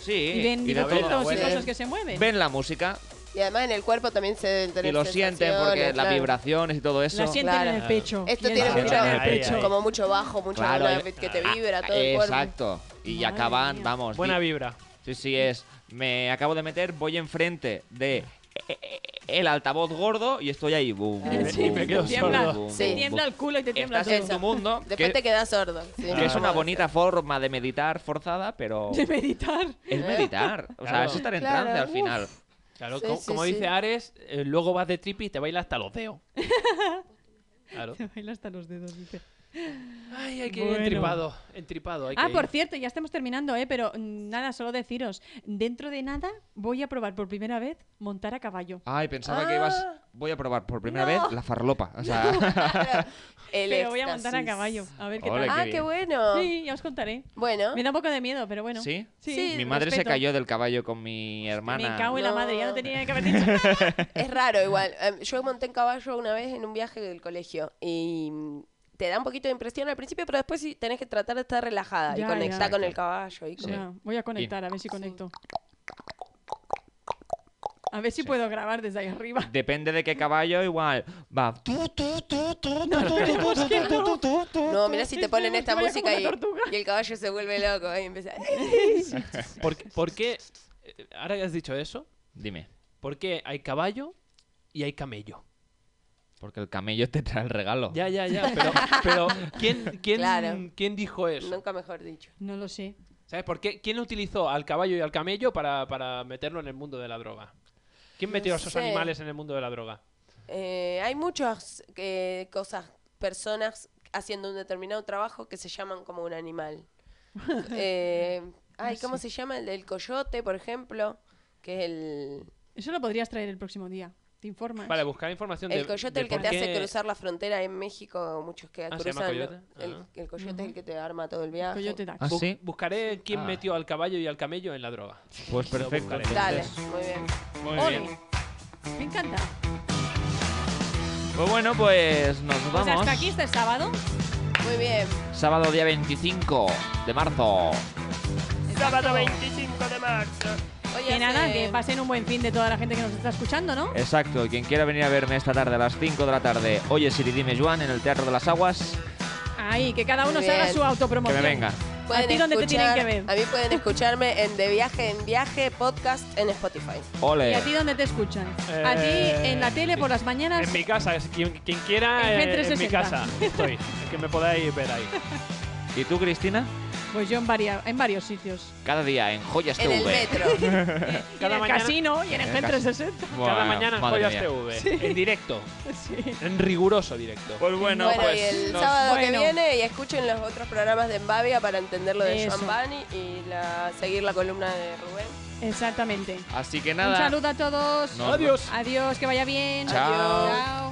B: Sí,
A: Y ven
B: de todo.
A: dibujitos y
C: abuela.
A: cosas que se mueven.
B: Ven la música
C: Y además en el cuerpo también se deben tener
B: y lo sienten
C: sensaciones,
B: porque las
C: claro.
B: vibraciones y todo eso.
A: la sienten
C: Claro.
A: en el pecho.
C: Esto
A: Y
C: tiene
A: el-
C: mucho,
B: en el pecho.
C: como mucho bajo, mucho
B: Claro,
C: una
B: el-
C: vez que te
B: ah,
C: vibra
B: ah,
C: todo el cuerpo.
B: Exacto. Y
A: Madre
B: acaban,
A: mía.
B: vamos.
D: Buena
B: di-
D: vibra.
B: Sí, sí, es. Me acabo de meter, voy enfrente de eh, eh, eh, el altavoz gordo y estoy ahí.
C: Ah,
B: Boom, boom,
D: Sí, me
B: boom,
D: quedo
B: boom,
A: tiembla,
B: boom, boom,
A: te
B: boom,
A: tiembla
B: boom.
A: el culo y te tiembla
B: Estás en
A: todo.
B: tu mundo.
C: Después
B: que-
C: te quedas sordo. sí.
B: que es una bonita forma de meditar forzada,
C: <laughs>
B: pero
A: <laughs> De meditar.
B: es meditar. O sea,
D: Claro.
B: es estar en
C: Claro,
B: trance al
C: uf.
B: final.
D: Claro,
C: Sí,
D: co-
C: sí,
D: como
C: sí.
D: dice Ares, eh, luego vas de trippy y te baila hasta
C: <laughs>
D: los dedos.
A: <laughs>
D: Claro.
A: Te baila hasta los dedos, dice.
D: Ay, hay que ir
A: Bueno.
D: entripado. Entripado, hay
A: Ah,
D: que
A: por
D: ir.
A: cierto, ya estamos terminando, ¿eh? Pero mm, nada, solo deciros, dentro de nada voy a probar por primera vez montar a caballo.
B: Ay, pensaba que ibas.
C: Ah.
B: Voy a probar por primera vez la farlopa. O sea,
C: <laughs>
B: <laughs>
C: El
A: pero voy a montar a
C: éxtasis.
A: caballo, a ver qué
B: Ole,
A: tal.
C: Ah,
B: Qué
C: qué
B: bien.
C: bueno.
A: Sí, ya os contaré.
C: Bueno.
A: Me da un poco de miedo, pero bueno.
B: ¿sí?
C: Sí,
B: Mi madre se
A: respeto.
B: cayó del caballo con mi hermana.
A: Me cago en la
C: No.
A: madre, ya no tenía que haber dicho
B: <laughs>
A: nada.
C: Es raro igual. Em, Yo monté en caballo una vez en un viaje del colegio y mm, te da un poquito de impresión al principio, pero después sí tenés que tratar de estar relajada y
A: Ya,
C: conectar
A: ya.
C: con el caballo. Y con-
A: Ya, voy a conectar, a ver si conecto. A ver si puedo grabar desde ahí arriba.
B: Depende de qué caballo, igual. Va.
C: No, mirá si te ponen esta
A: Vaya como
C: música
A: una
C: y,
A: tortuga.
C: y el caballo se vuelve loco y empieza...
D: ¿Por, qué- por qué? eh, Ahora que has dicho eso,
B: Dime.
D: ¿por qué hay caballo y hay camello?
B: Porque el camello te trae el regalo.
D: Ya, ya, ya.
C: <laughs>
D: Pero, pero ¿quién, quién,
C: Claro.
D: ¿quién dijo eso?
C: Nunca mejor dicho.
A: No lo sé.
D: ¿Sabes por qué? ¿Quién utilizó al caballo y al camello para, para meterlo en el mundo de la droga? ¿Quién metió a esos
C: sé.
D: animales en el mundo de la droga?
C: Eh, hay muchas eh, cosas, personas haciendo un determinado trabajo que se llaman como
A: <laughs>
C: un animal. Eh, ay, ¿cómo se llama? El del coyote, por ejemplo, que es el...
A: Eso lo podrías traer el próximo día. Te informas.
D: Para buscar información de-
C: El coyote
D: de
C: el que
D: por
C: te
D: qué-
C: hace cruzar la frontera en México, muchos que
D: Ah, ¿se llama
C: cruzan.
D: coyote?
C: ¿no? El,
D: Ah.
C: el coyote es el que te arma todo el viaje.
A: Coyote
D: Ah, Bu- Buscaré quién
B: Ah.
D: metió al caballo y al camello en la droga.
B: Pues
D: Lo
B: perfecto.
D: buscaré.
C: Dale, muy bien.
D: Muy
A: Ole.
D: bien.
A: Me encanta.
B: Pues bueno, pues nos
A: Pues
B: vamos.
A: hasta aquí este sábado.
C: Muy bien.
B: Sábado día 25 de marzo.
C: Sábado 25 de marzo. Oye,
A: Que nada,
C: hace-
A: que pasen un buen fin de toda la gente que nos está escuchando, ¿no?
B: Exacto, y quien quiera venir a verme esta tarde a las 5 de la tarde, oye Siri Dime Juan en el Teatro de las Aguas,
A: Ahí, que cada
C: Ah. Muy
A: uno se haga
C: bien.
A: su
B: que me
A: autopromoción.
B: venga.
C: Pueden
A: ¿A ti dónde te tienen
C: escuchar-
A: que ver?
C: A mí pueden escucharme en De Viaje en Viaje podcast en Spotify.
A: ¿Y
B: Ole.
A: a ti dónde te escuchan?
D: Eh,
A: a ti en la tele por las mañanas.
D: En mi casa, es quien, quien quiera,
A: En
D: eh,
A: Gen
D: en, mi
A: 360.
D: casa estoy. que me podáis ver ahí.
B: ¿Y tú, Cristina?
A: Pues yo en, varia- en varios sitios.
B: Cada día en Joyas
A: En
B: TV.
A: el metro.
D: <laughs>
A: Y en el
D: mañana-
A: casino y en el
B: En el
A: Gen
B: casino.
A: 360.
D: Cada
B: Buah,
D: mañana en
B: madre
D: Joyas
B: mía.
D: TV.
A: Sí.
D: En directo.
A: <laughs> Sí.
D: En riguroso directo.
B: Pues bueno,
C: bueno, y el sábado que viene y escuchen los otros programas de Embavia para entender lo de
A: Eso.
C: Joan Bani y la- seguir la columna de Rubén.
A: Exactamente.
B: Así que nada.
A: Un saludo a todos.
B: Nos- Adiós.
A: Adiós, que vaya bien.
B: Chao.
A: Chao.